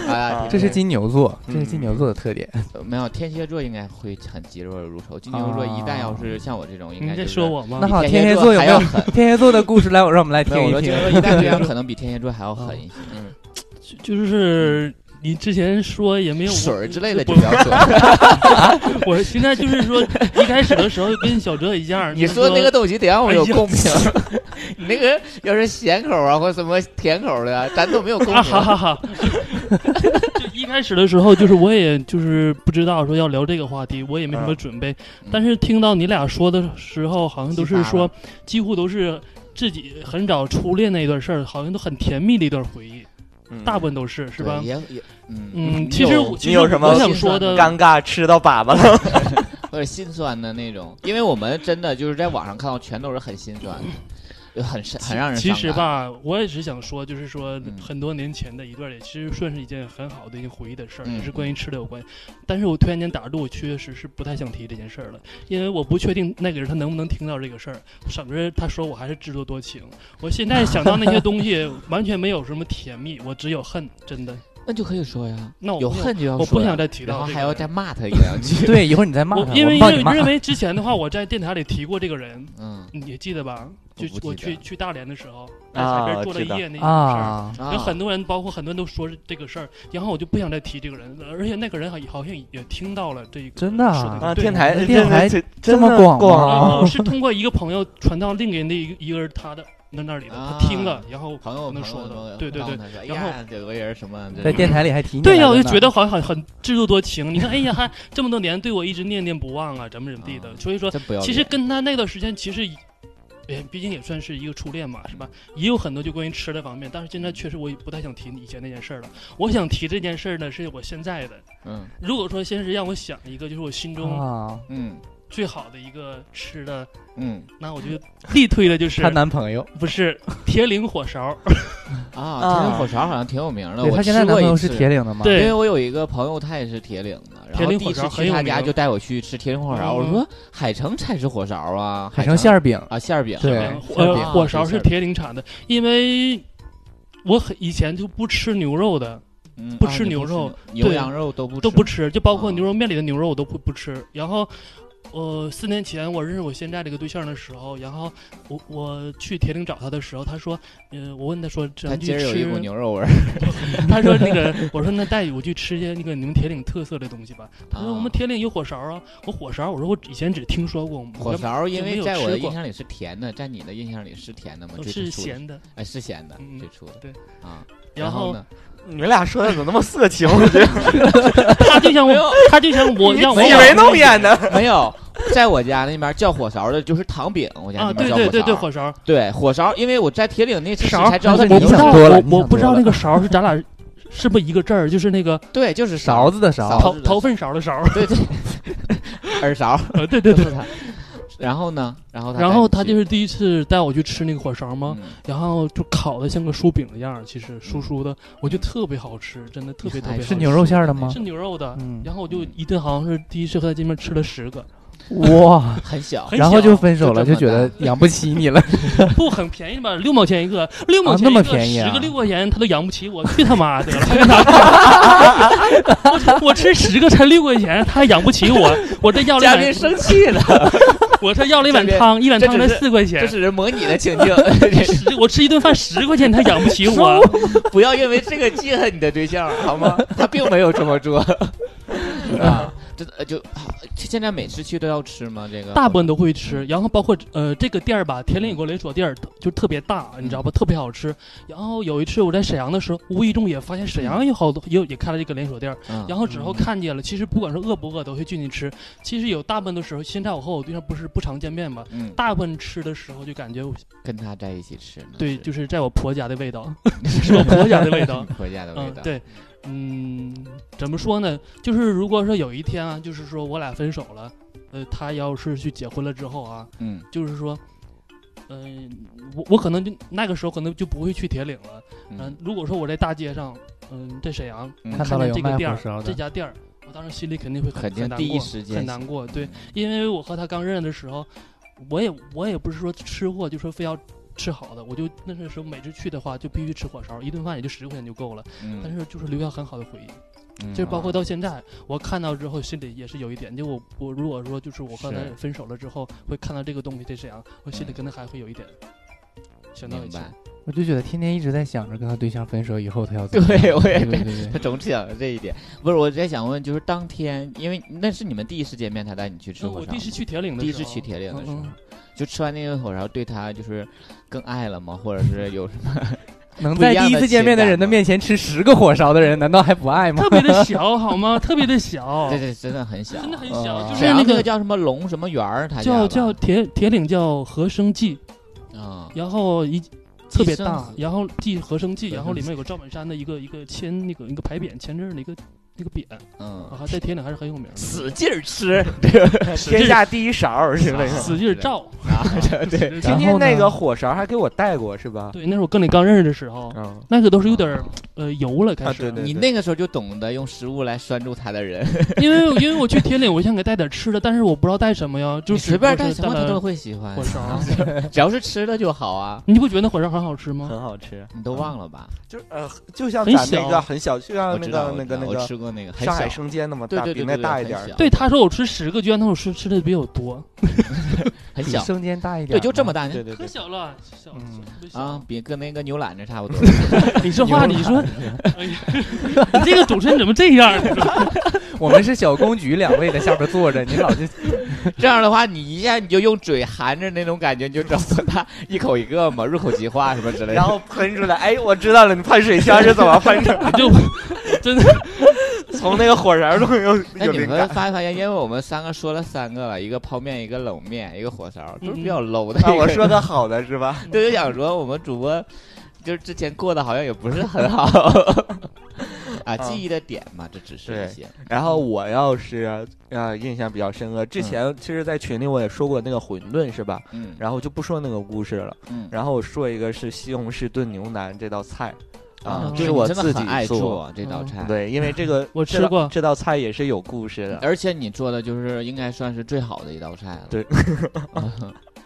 啊，这是金牛座，这嗯是金牛座的特点。没有天蝎座应该会很急热如仇，金牛座一旦要是像我这种，应啊你该在就是说我吗那？好，比天天蝎蝎座座有还没要有狠， 天蝎座的故事？来，我让我们来没有， 听我说金一听牛。座一旦这 样，可能比天蝎座还要狠一些。哦就就是你之前说也没有水儿之类的就我不要说。 我现在就是说，一开始的时候跟小哲一样，你就是说说那个东西得让我有哎呀共鸣， 你那个要是咸口啊或什么甜口的啊，咱都没有共啊，哈鸣。哈哈。 就一开始的时候，就是我也就是不知道说要聊这个话题，我也没什么嗯准备。但是听到你俩说的时候，好像都是激发说了，几乎都是自己很早初恋那一段事儿，好像都很甜蜜的一段回忆，嗯大部分都是是吧对？也也嗯嗯，其实我有其你实有什么我想说的，嗯尴尬吃到粑粑了。或者心酸的那种，因为我们真的就是在网上看到全都是很心酸的。很伤很让人其伤实感，吧，我也只想说，就是说嗯很多年前的一段，也其实算是一件很好的一个回忆的事儿，嗯也是关于吃的有关。但是我突然间打住，我确实是不太想提这件事儿了，因为我不确定那个人他能不能听到这个事儿，省着他说我还是自作多情。我现在想到那些 东西，完全没有什么甜蜜，我只有恨，真的。那就可以说呀，那我有不想恨就要哦我不说呀想再提然到后这还个要人再骂他一两句， 对，一会儿你再骂我他，因为我帮你认骂认他。为之前的话，我在电台里提过这个人，嗯，你也记得吧？我就不我记去得去大连的时候，在啊海边我坐了知一道夜那个事儿。啊，啊有很多人，包括很多人都说这个事儿，然后我就不想再提这个人，而且那个人好好像也听到了这个真的啊说 的啊，对电台啊电台这这么广广然吗后是通过一个朋友传到另一个人的一个一个人他的那那里的，啊他听了，然后朋友可能朋友说的朋友对对帮对他说哎然后呀有个人什么在电台里还提你对呀、来我着就呢觉得好像很很自作多情。你看，哎呀，还这么多年对我一直念念不忘啊，怎么怎么地的啊。所以说，真不要其实脸跟他那段时间其实也。也毕竟也算是一个初恋嘛，是吧？也有很多就关于吃的方面，但是现在确实我也不太想提以前那件事儿了。我想提这件事儿呢，是我现在的。嗯如果说先是让我想一个，就是我心中啊，嗯最好的一个吃的，嗯那我就力推的就是她男朋友，不是铁岭火烧， 啊，啊铁岭火烧好像挺有名的，对我她现吃在男过朋友一是次铁岭的吗？对因为我有一个朋友，他也是铁岭的，然铁后岭第火一次烧很去有他名家就带我去吃铁岭火烧，嗯我说海城才是火烧啊，海城城馅儿饼，啊馅儿 饼，对嗯馅儿呃饼，火烧是铁岭产的，因为我很以前就不吃牛肉的，嗯不啊吃你牛肉牛对羊肉都不都不吃，就包括嗯牛肉面里的牛肉我都不不吃。然后，呃，四年前我认识我现在这个对象的时候，然后我我去铁岭找他的时候，他说，嗯、我问他说，他咱去今儿有一股吃，牛肉味儿， 他说那个，我说那带我去吃一些那个你们铁岭特色的东西吧。他说啊我们铁岭有火烧啊，我火烧，我说我以前只听说过，我们火烧因为在我的就没有吃过印象里是甜的，在你的印象里是甜的吗？最是初的，咸的，哎，是咸的，嗯最初的，对啊。然后后呢？你们俩说的怎么那么色情？我觉得他就想我，他就想我让我挤眉弄眼的。没有，在我家那边叫火烧的就是糖饼，我家啊，那边对叫火烧。对对对，火烧对火烧，因为我在铁岭那次吃勺才知道它那是是牛我不你知想道，多了我你我想不知多道了那个勺是咱俩是不是一个字儿，就是那个对，就是勺勺，子的勺勺，头子的头份勺的勺。对对，耳勺，呃， 对对就对。是它。然后呢？然后嗯然后他就是是第一次带我去吃那个火烧嘛，然后就烤的像个酥饼的样儿，其实酥酥的，我觉得特别好吃，真的特别特别好吃。哎是牛肉馅儿的吗是牛肉的，嗯然后我就一顿好像是第一次和他见面吃了十个，哇，很小，很然后小就分手就了，这就么觉得养不起 你了。 不很便宜吧，六毛钱一个，六毛啊钱那么一个便宜啊十个六块钱他都养不起我，去他妈 得了！ 我我吃十个才六块钱，他还养不起我，我这要了一嘉宾碗，生气了，我这要了一碗嘉宾汤，一碗这汤只才是四块这钱，只是模拟的情境，十我吃一顿饭十块钱，他养不起 我。不要因为这个记恨你的对象好吗？他并没有这么做啊。这呃就现在每次去都要吃吗？这个大部分都会吃，然后包括呃这个店儿吧，铁岭有个连锁店儿，就特别大，嗯你知道吧，特别好吃。然后有一次我在沈阳的时候，无意中也发现沈阳有好多也有也开了这个连锁店儿，嗯然后之后看见了，其实不管是饿不饿都会进去吃。其实有大部分的时候，现在我和我对象不是不常见面嘛，嗯，大部分吃的时候就感觉我跟他在一起吃呢，对，就是是在我婆家的味道，是我婆家的味 道。婆家的味嗯，道，对，嗯，怎么说呢？就是如果说有一天啊，就是说我俩分手了，呃，他要是去结婚了之后啊，嗯就是说，嗯、我我可能就那个时候可能就不会去铁岭了。嗯、嗯如果说我在大街上，嗯、在沈阳嗯我看到了见有这个卖店火儿，烧的这家店儿，我当时心里肯定会很肯定很难第一过时间很想难过，嗯对，因为我和他刚认识的时候，我也我也不是说吃货，就说非要。吃好的，我就那时候每次去的话，就必须吃火烧，一顿饭也就十块钱就够了。嗯但是就是留下很好的回忆，嗯就是包括到现在，我看到之后心里也是有一点，就我我如果说就是我和他是分手了之后，会看到这个东西在沈阳，我心里嗯可能还会有一点想到明以前白，，我就觉得天天一直在想着跟他对象分手以后他要怎么样对我也对对对他总想着这一点，不是我在想问，就是当天，因为那是你们第一次见面，他带你去吃嗯火我烧第一吗，次去铁岭的第一时候，次去铁岭的时候嗯嗯，就吃完那个火烧，对他就是更爱了吗？或者是有什么？能不一在样第一的次见情面的感人的嘛面前吃十个火烧的人，难道还不爱吗特？别的小，好吗？特别 的小这，这真的很小，哦真的很小，啊就是沈阳那哦那个个叫什么龙什么园儿，他叫叫叫铁铁岭叫和生记，啊，然后一。特别生大和，然后记和生记，和然后生里面记有个赵本山的一个一个签那个一个牌匾签字儿的一个那个匾嗯，啊，在天津还是很有名的，使劲儿 吃，天下第一勺儿之类的。使劲儿照。 啊，对，天使劲儿照然后天那呢个火勺还给我带过是吧？对，那时候我跟你刚认识的时候，嗯，那个都啊是有点儿呃油了，开啊始。对对你那个时候就懂得用食物来拴住他的人，因为因为我去天津，我想给带点吃的，但是我不知道带什么 呀，就你只随便不过带是什么他了都会喜欢火，烧。 只要是吃的就好啊。你不觉得那火烧很好吃嗯吗？很好吃，你都忘了吧？就是呃，就像很咱那小个很小，就像我那知道，个那个那我知道我个吃嗯过那个很上海小生煎那么对大，对比对那对，大一很点儿小。对，他说我吃十个，居然他说我吃吃的比我多，很比小，生煎大一点对，儿吗，就这么大，对对可 对，小了，小嗯啊，，比跟那个牛腩子差不多。 你这话 你说，哎呀，你这个主持人怎么这 样呢？ 我们是小公举两位在下边坐着，你老就这样的话，你一下你就用嘴含着那种感觉，你就找到它一口一个嘛，入口即化什么之类的。然后喷出来，哎，我知道了，你喷水枪是怎么喷出来？你就真的 从那个火勺中有哎，有你灵们感。发没发现？因为我们三个说了三个了，一个泡面，一个冷面，一个火烧，都是嗯比较 low 的。啊，我说个好的是吧？对，就想说我们主播就是之前过得好像也不是很好 啊，嗯记忆的点嘛，这只是一些然后我要是呃印象比较深刻，之前其实，在群里我也说过那个馄饨是吧？嗯然后就不说那个故事了。嗯。然后我说一个是西红柿炖牛腩这道菜，啊啊，，对对是你我真的自己很爱做。嗯这道菜，，对，因为这 个我这吃道过这道菜也是有故事的。而且你做的就是应该算是最好的一道菜了，对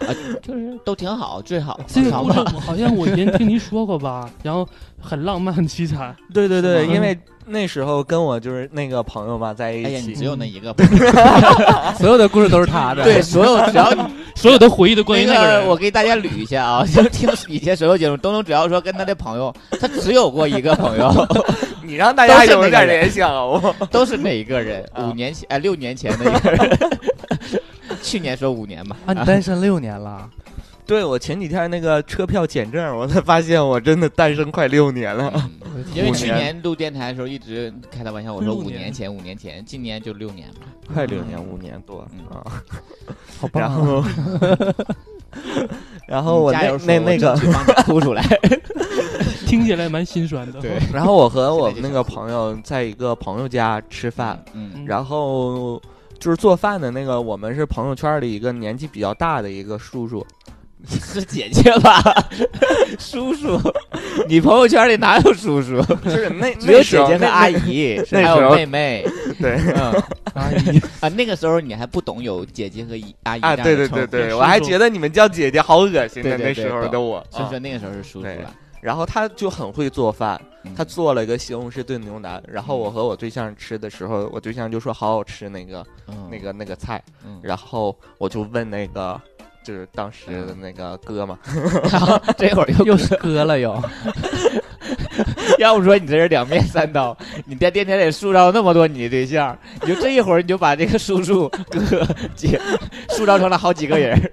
啊，就是都挺好，最好嘛，这个好故事吧，我好像我以前听您说过吧，然后很浪漫凄惨，对对对，是吗因为那时候跟我就是那个朋友嘛在哎呀，一你起，只有那一个，嗯 所有的故事都是他的。对，，所有只要你所有的回忆都关于那个人。哎我给大家捋一下啊， 就听以前所有节目，东东只要说跟他的朋 友，他只有过一个朋 友，你让大家都是那有个点人联想啊，我都是那一个人，啊五年前哎六年前的一个人， 去年说五年吧，啊，你单身六年 了，对我前几天那个车票检证，我才发现我真的单身快六年了。嗯我的因为天去年录电台的时候一直开他玩笑，我说五年前五年前，今年就六年吧，快六年，五年多啊。 好棒然啊！后，然后我你加那油那说哦我那个，争取帮你哭出来，听起来蛮心酸 的。对， 然后我和我现在就那想个哭朋友在一个朋友家吃饭， 嗯，然后就是做饭的那个，我们是朋友圈里一个年纪比较大的一个叔叔，是姐姐吧， 叔叔，你朋友圈里哪有叔 叔？就是 那只有那姐时候姐和那阿姨，那还时有候妹妹，对嗯。阿姨，啊，那个时候你还不懂有姐姐和姨阿姨 啊，这样的对对称对呼对，叔我还叔觉得你们叫姐姐好恶对心的对那对时候的懂我，所以啊说那个时候是叔叔对了。然后他就很会做饭，嗯他做了一个西红柿炖牛腩，然后我和我对象吃的时候，我对象就说好好吃那个嗯那个那个菜，嗯然后我就问那个就是当时嗯的那个哥 嘛，然后这会儿又又是割了又， 要不说你这是两面三刀，你在电台里塑造那么多你的对象，你就这一会儿你就把这个叔叔哥姐塑造成了好几个人 儿。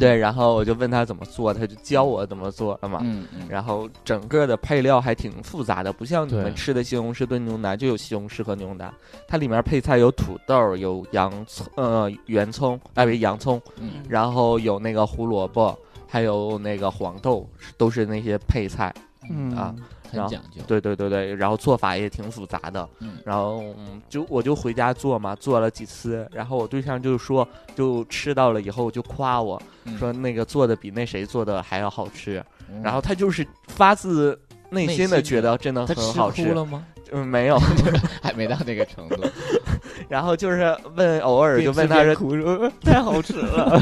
对，然后我就问他怎么做，他就教我怎么做了嘛。嗯嗯然后整个的配料还挺复杂的，不像你对们吃的西红柿炖牛腩就有西红柿和牛腩，它里面配菜有土豆、有洋葱，呃，圆葱，哎，不是洋葱，嗯然后有那个胡萝卜，还有那个黄豆，是都是那些配菜。嗯啊，很讲究。对对对对，然后做法也挺复杂的。嗯然后嗯，就我就回家做嘛，做了几次，然后我对象就说，就吃到了以后就夸我、嗯说那个做的比那谁做的还要好吃，嗯然后他就是发自。内内心的心觉的得真的他很好哭吃，了吗？嗯，没有。还没到那个程 度，然后就是问，偶尔就问他边说，哭说 太好吃了。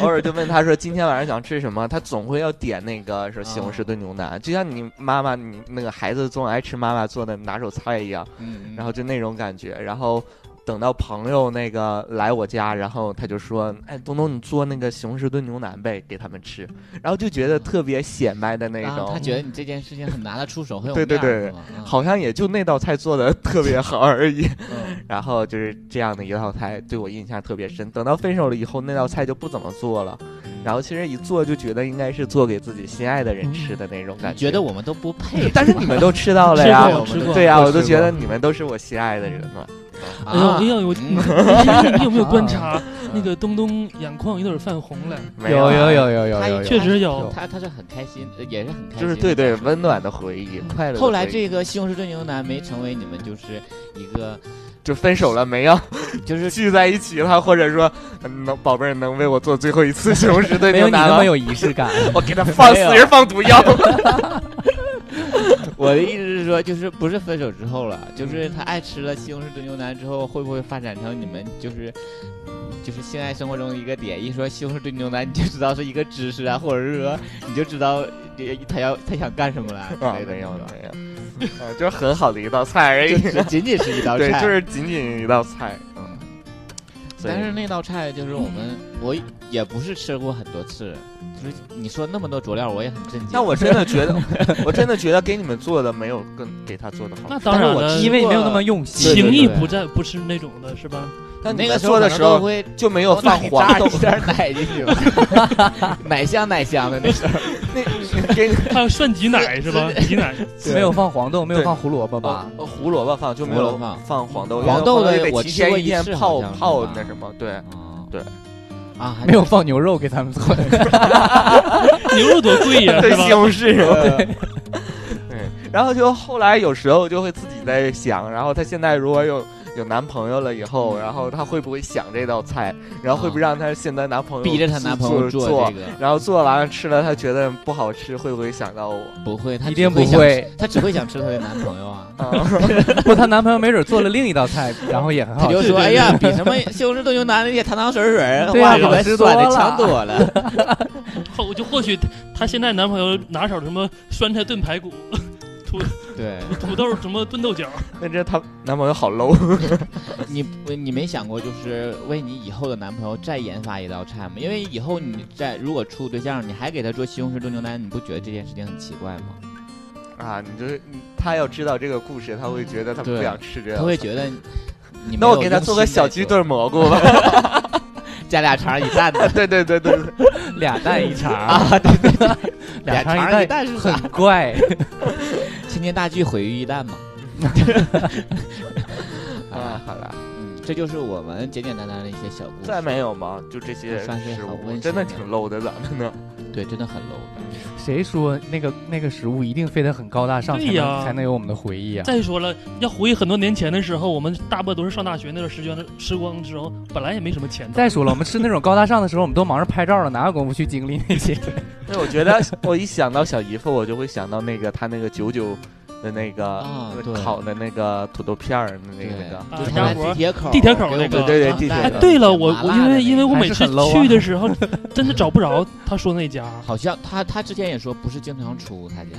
偶尔就问他说今天晚上想吃什么，他总会要点那个说西红柿啊炖牛腩，就像你妈妈你那个孩子总爱吃妈妈做的拿手菜一样，嗯，然后就那种感觉，然后。等到朋友那个来我家，然后他就说：“哎，东东，你做那个西红柿炖牛腩呗，给他们吃。”然后就觉得特别显摆的那啊种，他觉得你这件事情很拿得出手，很有对对面儿对是吗嗯好像也就那道菜做的特别好而已。 嗯然后就是这样的一道菜对我印象特别深。等到分手了以后，那道菜就不怎么做了。然后其实一做就觉得应该是做给自己心爱的人吃的那种感，嗯觉得我们都不配 但是你们都吃到了呀吃过，我吃过对呀，我我都吃觉过得你们都是我心爱的人了。啊哎呦哎呦，我嗯 你你有没有观察？那个东东眼眶有点泛红了，没有啊有有有有他有，确实有有他他是很开心，呃也是很开心，就是对对温暖的回忆，嗯快乐的回忆。后来这个西红柿炖牛腩没成为你们就是一 个就分手了，没有 就是聚在一起了，或者说嗯能宝贝儿能为我做最后 一次西红柿炖没牛有你腩那吗么？有仪式感。 我给他放没有死人放毒 药。我的意思是说，就是不是分手之后了，嗯就是他爱吃了西红柿炖牛腩之后，会不会发展成你们就是就是性爱生活中的一个点？一说西红柿炖牛腩，你就知道是一个知识啊，或者是说你就知道呃他要他想干什么了之啊，类的，没有是吧没有，啊，就是很好的一道菜而就已。只仅仅是一道对，菜，就是仅仅一道菜。嗯，所以但是那道菜就是我们，我也不是吃过很多次，就是你说那么多佐料，我也很震惊。但我真的觉得， 我真的觉得给你们做的没有跟给他做的好那吃。当然但是了我，因为没有那么用对心，呃情对谊对不在不是那种的 是吧？但你那们个做的时候会就没有放黄黄豆豆， 点奶进去吧，奶香奶香的那时候。那给你还有涮挤奶是吧？挤奶没有放黄豆，没有对放胡萝卜吧把？呃胡萝卜放，就没胡萝有卜放放黄豆。因为黄豆的也得我提吃前过一一天次泡好像是泡吧那什么，对，哦对啊，还 没有放牛肉给咱们做的，牛肉多贵 呀，对是西吧？红柿。 对，然后就后来有时候就会自己在想，然后她现在如果有有男朋友了以后，然后她会不会想这道菜，然后会不会让她现在男朋友逼着她自男朋友做做这个，然后做完了吃了，她觉得不好吃，会不会想到我？不会，她 一定只不想吃，会。她只会想吃她的男朋友啊。啊， 不，她男朋友没准做了另一道菜，然后也很她好就吃。说：“哎呀，比什么西红柿炖牛腩那些汤汤水水儿，对啊哇，比好那吃酸的多了强多了。 后就或许她现在男朋友拿手什么酸菜炖排骨、对，土豆什么炖豆角，那这她男朋友好 low，你不你没想过，就是为你以后的男朋友再研发一道菜吗？因为以后你在如果处对象，你还给他做西红柿炖牛腩，你不觉得这件事情很奇怪吗？啊！你就是他要知道这个故事，他会觉得他不对啊想吃这他个。会觉得你你没那我有给他用做个心小在鸡做，炖蘑菇吧。 加俩肠儿一蛋的对对对对对，俩蛋一茬，啊，对对对，俩俩肠肠儿一一蛋蛋是很啥？怪。青年大剧毁于一旦 嘛。啊啊，，好了。嗯，这就是我们简简单单的一些小故再事，没有吗？就这些算是食好温物，馨真的的挺 low 的，咱们 呢。对，真的很 low 的。 谁说那个那个食物一定非得很高大上才对呀能才能有我们的回忆啊？再说了，要回忆很多年前的时候，我们大部分都是上大学那段时间的时光的时候，本来也没什么钱的。再说了，我们吃那种高大上的时候，我们都忙着拍照了，哪有功夫去经历那些？因为我觉得我一想到小姨夫，我就会想到那个他那个九九的那个、啊那对烤的那个土豆片儿，那对个那个啊就是大在伙地儿铁口儿，地铁口儿给我那们个装对对地铁带口儿的哎对了，那个我麻我辣因的为那因为个我还每是次很 low 啊去的时候，真的找不着他说那家，好像他他之前也说不是经常出他家，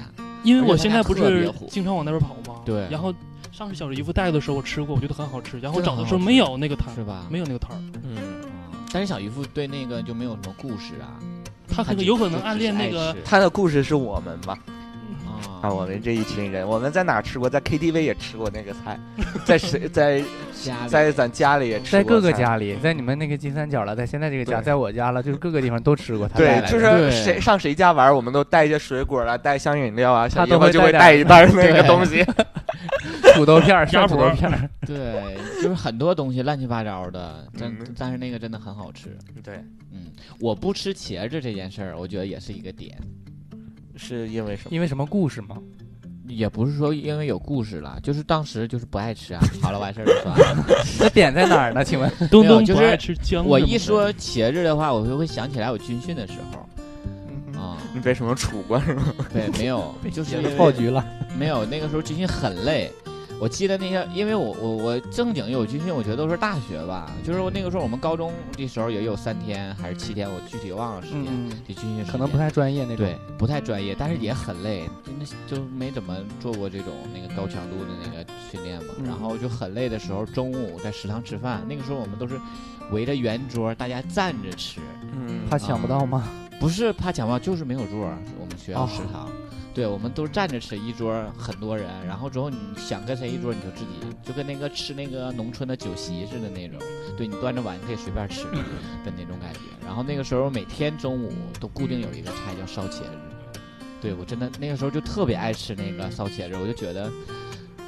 因为我现在不而且他家特是别火经常往那边跑吗？对然后上次小姨夫带的时候我吃过，我觉得很好吃。然后真的找的很时候好没有那个摊是儿，吧？没有那个摊儿，嗯，嗯但是小姨夫对那个就没有什么故事啊，他可就能有可就能只暗恋是那爱个吃他的故事是我们吧？啊，啊，我们这一群人，我们在哪儿吃过？在 KTV 也吃过那个 菜，在谁在家里在咱家里也吃过在菜，各个家里，在你们那个金三角了，在现在这个家，对在我家了，就是各个地方都吃过。他带对，来就的对是谁上谁家玩儿，我们都带一些水果啊，带香饮料啊，他小姨都夫会就会带带一袋儿那对个东西。土豆片鸭儿，涮土豆脖片儿，对，就是很多东西乱七八糟的，但嗯但是那个真的很好吃。 对，嗯，我不吃茄子这件事儿，我觉得也是一个点，是因为什么？因为什么故事吗？也不是说因为有故事了，就是当时就是不爱吃 啊。好了，完事儿了，算了。那点在哪儿呢？请问？东没有东就不是爱吃姜。我一，说茄子的话，我就会想起来我军训的时候啊， 你被什么杵过 是吗？对，没 有，就是因为爆局了，没有，那个时候军训很累。我记得那些，因为我我我正经有军训，我觉得都是大学吧，就是我那个时候我们高中的时候也有三天还是七天，我具体忘了时间。嗯，就军训时可能间不太专业那种。对，不太专业，但是也很累，真的是就没怎么做过这种那个高强度的那个训练嘛。嗯然后就很累的时候，中午在食堂吃饭，那个时候我们都是围着圆桌，大家站着吃，嗯怕抢不到吗？不是怕抢吧，就是没有座儿。我们学校哦食堂，对我们都是站着吃，一桌儿很多人，然后之后你想跟谁一桌，你就自己就跟那个吃那个农村的酒席似的那种，对你端着碗你可以随便 吃的那种感觉。然后那个时候每天中午都固定有一个菜叫烧茄子，对我真的那个时候就特别爱吃那个烧茄子，我就觉得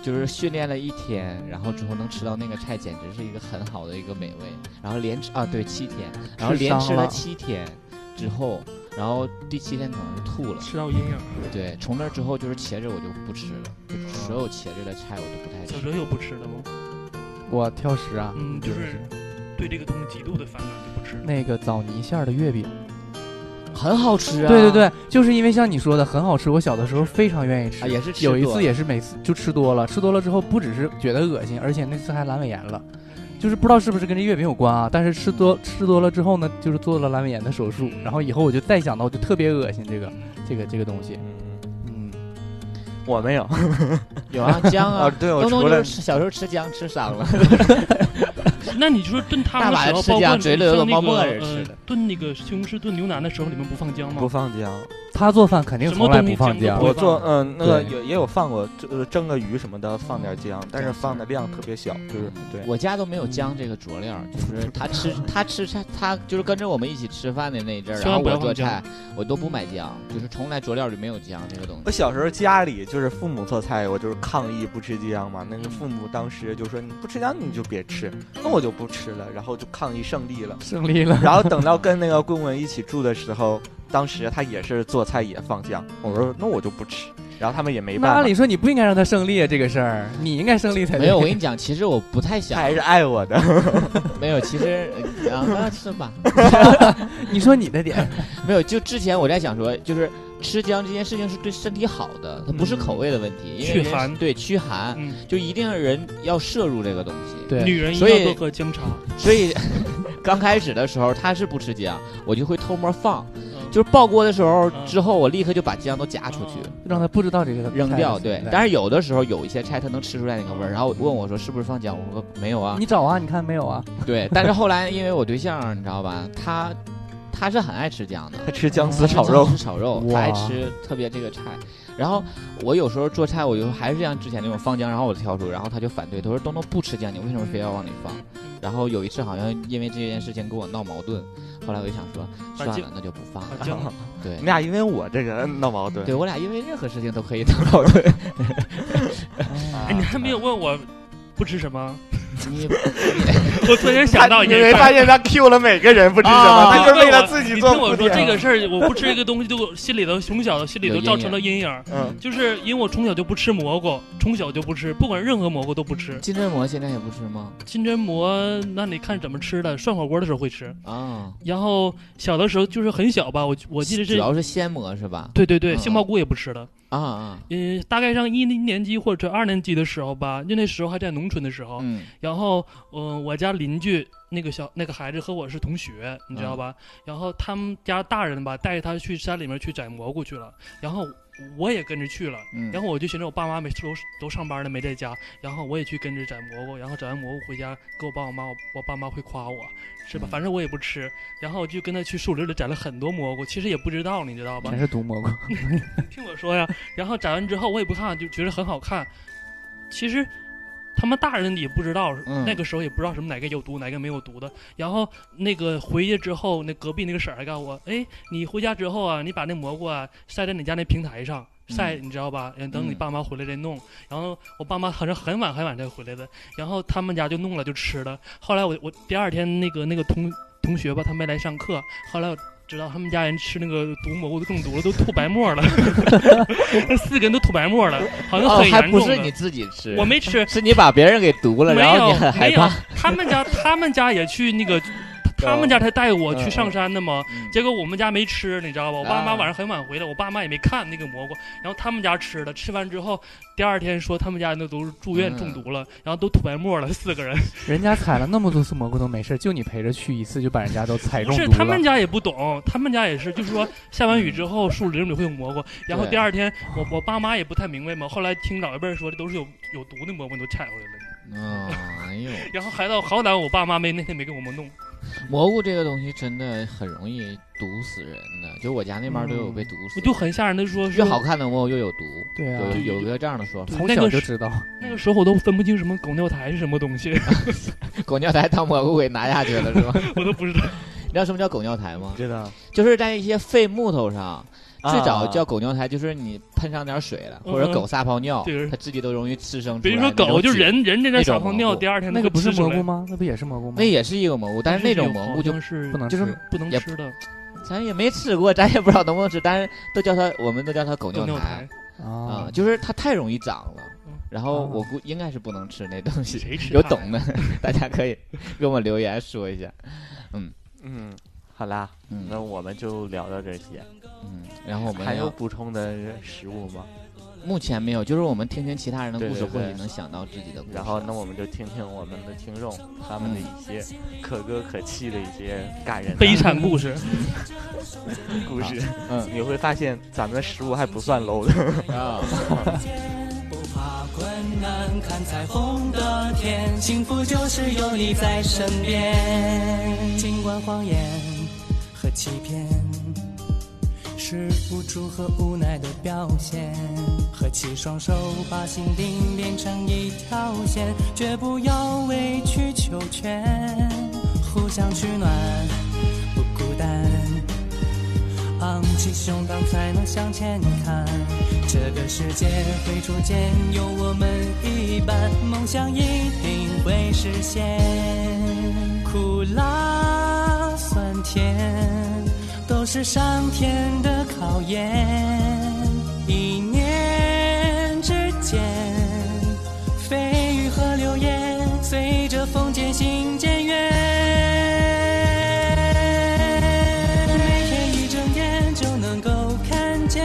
就是训练了一天，然后之后能吃到那个菜，简直是一个很好的一个美味。然后连吃啊，对，七天，然后吃连伤吃了了七天之后，然后第七天可能是吐了。吃到阴影了，对，从那之后就是茄子我就不吃了，就所有茄子的菜我都不太小吃。哲有不吃的嗯吗？我挑食啊，嗯，就真的是对这个东西极度的反感就不吃了。那个枣泥馅儿的月饼。很好吃啊！对对对，就是因为像你说的很好吃，我小的时候非常愿意吃。啊，也是吃有一多次也是每次就吃多了，吃多了之后不只是觉得恶心，而且那次还阑尾炎了，就是不知道是不是跟这月饼有关啊。但是吃多吃多了之后呢，就是做了阑尾炎的手嗯术，然后以后我就再想到我就特别恶心这个这个这个东西。嗯，嗯，我没有有啊，姜啊， 啊，对我东东除就是了吃小时候吃姜吃伤 了。那你说炖大汤的碗时候，吃包括姜嘴里有个像那毛沫个儿似呃的炖那个西红柿炖牛腩的时候，里面不放姜吗不？放姜，他做饭肯定什么从来东不西放经姜不我过，会放做嗯那个对也也有放过，呃蒸个鱼什么的放点姜，但是放的量特别小，就是对。 我家都没有姜这个佐料，就是他 吃他吃他他就是跟着我们一起吃饭的那一阵儿，千然后万不我做要放姜菜，我都不买姜，就是从来佐料里没有姜这个东我西。小时候家里就是父母做菜，我就是抗议不吃姜嘛。那个父母当时就说你不吃姜你就别吃，那我就不吃了，然后就抗议胜利了。胜利了。然后等到跟那个棍棍一起住的时候，当时他也是做菜也放姜，我说那我就不吃，然后他们也没 那办按法理，说你不应该让他胜利啊，这个事儿你应该胜哎利才对。没有， 我跟你讲，其实我不太他想，还是爱我的。 没有，其实呃啊，那是吧？你说你的点， 没有，就之前我在想说，就是吃姜这件事情是对身体好的，它不是口味的问题，因为驱人寒对驱寒，嗯，就一定人要摄入这个东西。对女人一所定以要多喝姜茶。所以刚开始的时候他是不吃姜，我就会偷摸放，嗯就是爆锅的时候嗯之后，我立刻就把姜都夹出去。让他不知道这个扔嗯菜掉，的对存。在但是有的时候有一些菜它能吃出来那个味儿，然后问我说是不是放姜，我说没有啊，你找啊，你看没有啊？对。但是后来因为我对象你知道吧，他他是很爱吃姜的，他吃姜丝他是炒肉姜，丝炒肉，他哇爱吃特别这个菜。然后我有时候做菜，我就还是像之前那种放姜，然后我挑出，然后他就反对，他说东东不吃姜，你为什么非要往里放？然后有一次好像因为这件事情跟我闹矛盾，后来我就想说把算了姜，那就不放把了。啊姜 对你，俩因为我这个闹矛盾对，我俩因为任何事情都可以闹矛盾。啊哎，你还没有问我不吃什么？ 你我突然他想到一你件没事发儿。哦现他 Q 了每个人不吃什么，啊他就是为了自己你做听我铺说这垫。个 事儿，我不吃这个东西，对我心里头从小心里头造成了阴影。嗯，就是因为我从小就不吃蘑菇，从小就不吃，不管任何蘑菇都不吃。金针蘑现在也不吃吗？金针蘑那你看怎么吃的，涮火锅的时候会吃。啊，然后小的时候就是很小吧，我我记得主是，要是鲜蘑是吧？对对对，嗯杏鲍菇也不吃了。啊啊，嗯，大概上一年级或者二年级的时候吧，就那时候还在农村的时候，嗯然后，嗯、我家邻居那个小那个孩子和我是同学，你知道吧？嗯然后他们家大人吧带着他去山里面去摘蘑菇去了，然后我也跟着去了。嗯，然后我就寻思我爸妈没都都上班了没在家，然后我也去跟着摘蘑菇，然后摘完蘑菇回家给我爸我妈，我我爸妈会夸我，是吧嗯？反正我也不吃，然后我就跟他去树林里摘了很多蘑菇，其实也不知道，你知道吧全？是毒蘑菇，听我说呀， 然后摘完之后我也不看，就觉得很好看。其实他们大人也不知道，嗯那个时候也不知道什么哪个有毒，哪个没有毒的。然后那个回去之后，那隔壁那个婶儿还告诉我，哎，你回家之后啊，你把那蘑菇啊晒在你家那平台上。晒，嗯你知道吧？嗯等你嗯爸妈回来再弄。然后我爸妈好像很晚很晚才回来的，然后他们家就弄了就吃了。后来我我第二天那个那个同同学吧，他没来上课。后来我知道他们家人吃那个毒蘑菇更毒了，都吐白沫了， 那四个人都吐白沫了，好像哦很，还严不重的。是你自己吃，我没吃，是你把别人给毒了，没然后你有很害没有怕。，哦他们家他们家也去那个，他们家他带我去上山的嘛。嗯结果我们家没吃，你知道吧？我爸啊妈晚上很晚回来，我爸妈也没看那个蘑菇。然后他们家吃了，吃完之后，第二天说他们家那都是住嗯院中毒了，然后都吐白沫了，四个人。人家采了那么多次蘑菇都没事，就你陪着去一次就把人家都采不中毒是了。他们家也不懂，他们家也是，就是说下完雨之后树林里会有蘑菇，然后对第二天我我爸妈也不太明白嘛，后来听老一辈儿说这都是有有毒的蘑菇你都采回来了，嗯，哎呦，然后还到好歹我爸妈没那天没给我们弄，蘑菇这个东西真的很容易毒死人的，就我家那边都有被毒死我的。就很吓人的说越说好看的蘑菇越有毒，对啊，有有一个这样的说法，从那小个就是知道，那个时候我都分不清什么狗尿苔是什么 东西，狗尿苔当蘑菇给拿下去 了是吧？ 我都不知道。你知道什么叫狗尿苔吗？知道。就是在一些废木头上，啊最早叫狗尿苔，就是你喷上点水嗯了，或者狗撒泡尿对，它自己都容易滋生出比来如那说种菌。狗，就人人这点那种小泡蘑尿，菇第二天那个不是吃出蘑来菇，吗？那不也是蘑菇吗？那也是一个蘑菇，但是那种有蘑好菇就像是不能就是吃不能也吃的咱也没吃过，咱也不知道能不能吃，但是都叫它，我们都叫它狗狗尿尿苔苔，啊、嗯啊，就是它太容易长了嗯。然后啊我估应该是不能吃那东 西，谁吃有它懂的 大家可以给我们留言说一下。嗯，好啦，嗯那我们就聊到这些。嗯，然后我们还有要补充的食物吗？目前没有，就是我们听听其他人的对故事，对或许对能想到自己的故事。 然后，那我们就听听我们的听众他们的一些可歌可泣的一些感人的悲惨啊故事，故事。嗯你会发现咱们的食物还不算 low 的。啊，不怕困难，看彩虹的天，幸福就是有你在身边。尽管谎言和欺骗是无助和无奈的表现，合起双手把心灵连成一条线，绝不要委曲求全，互相取暖，不孤单。昂起胸膛才能向前看。这个世界会逐渐有我们一半，梦想一定会实现。苦辣酸甜都是上天的考验，一念之间，蜚语和流言随着风渐行渐远。每天一睁眼就能够看见，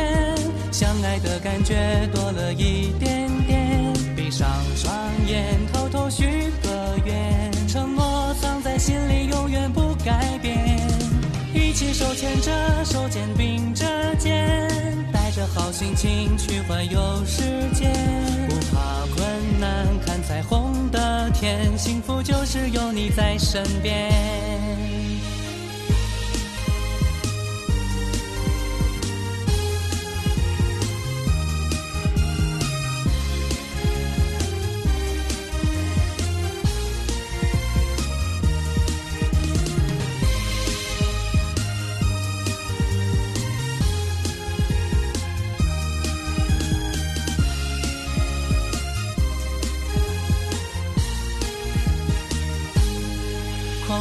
相爱的感觉多了一点点。闭上双眼，偷偷许个愿，承诺藏在心里，永远不改变。一起手牵着手，肩并着肩，带着好心情去环游世界。不怕困难，看彩虹的天，幸福就是有你在身边。狂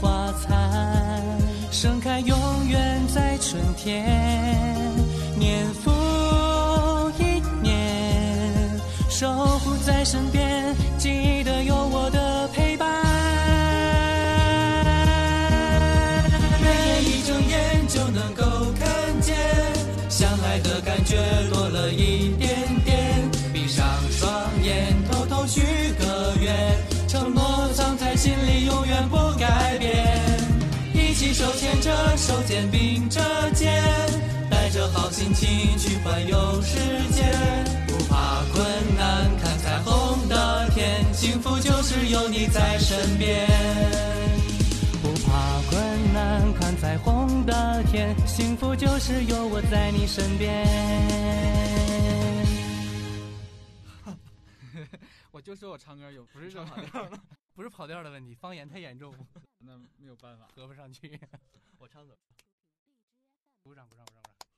花残，盛开永远在春天。年复一年，守护在身边，记得有我的陪伴。每天一睁眼就能够看见，相爱的感觉多了一点点。闭上双眼，偷偷许个愿，承诺藏在心里，永远不改变。一起手牵着手，肩并着肩，带着好心情去环游世界。不怕困难，看彩虹的天，幸福就是有你在身边。不怕困难，看彩虹的天，幸福就是有我在你身边。 我就说我唱歌有不是唱跑调了，不是跑调的问题，方言太严重，那没有办法，合不上去。 我唱走。鼓掌鼓掌鼓掌鼓掌。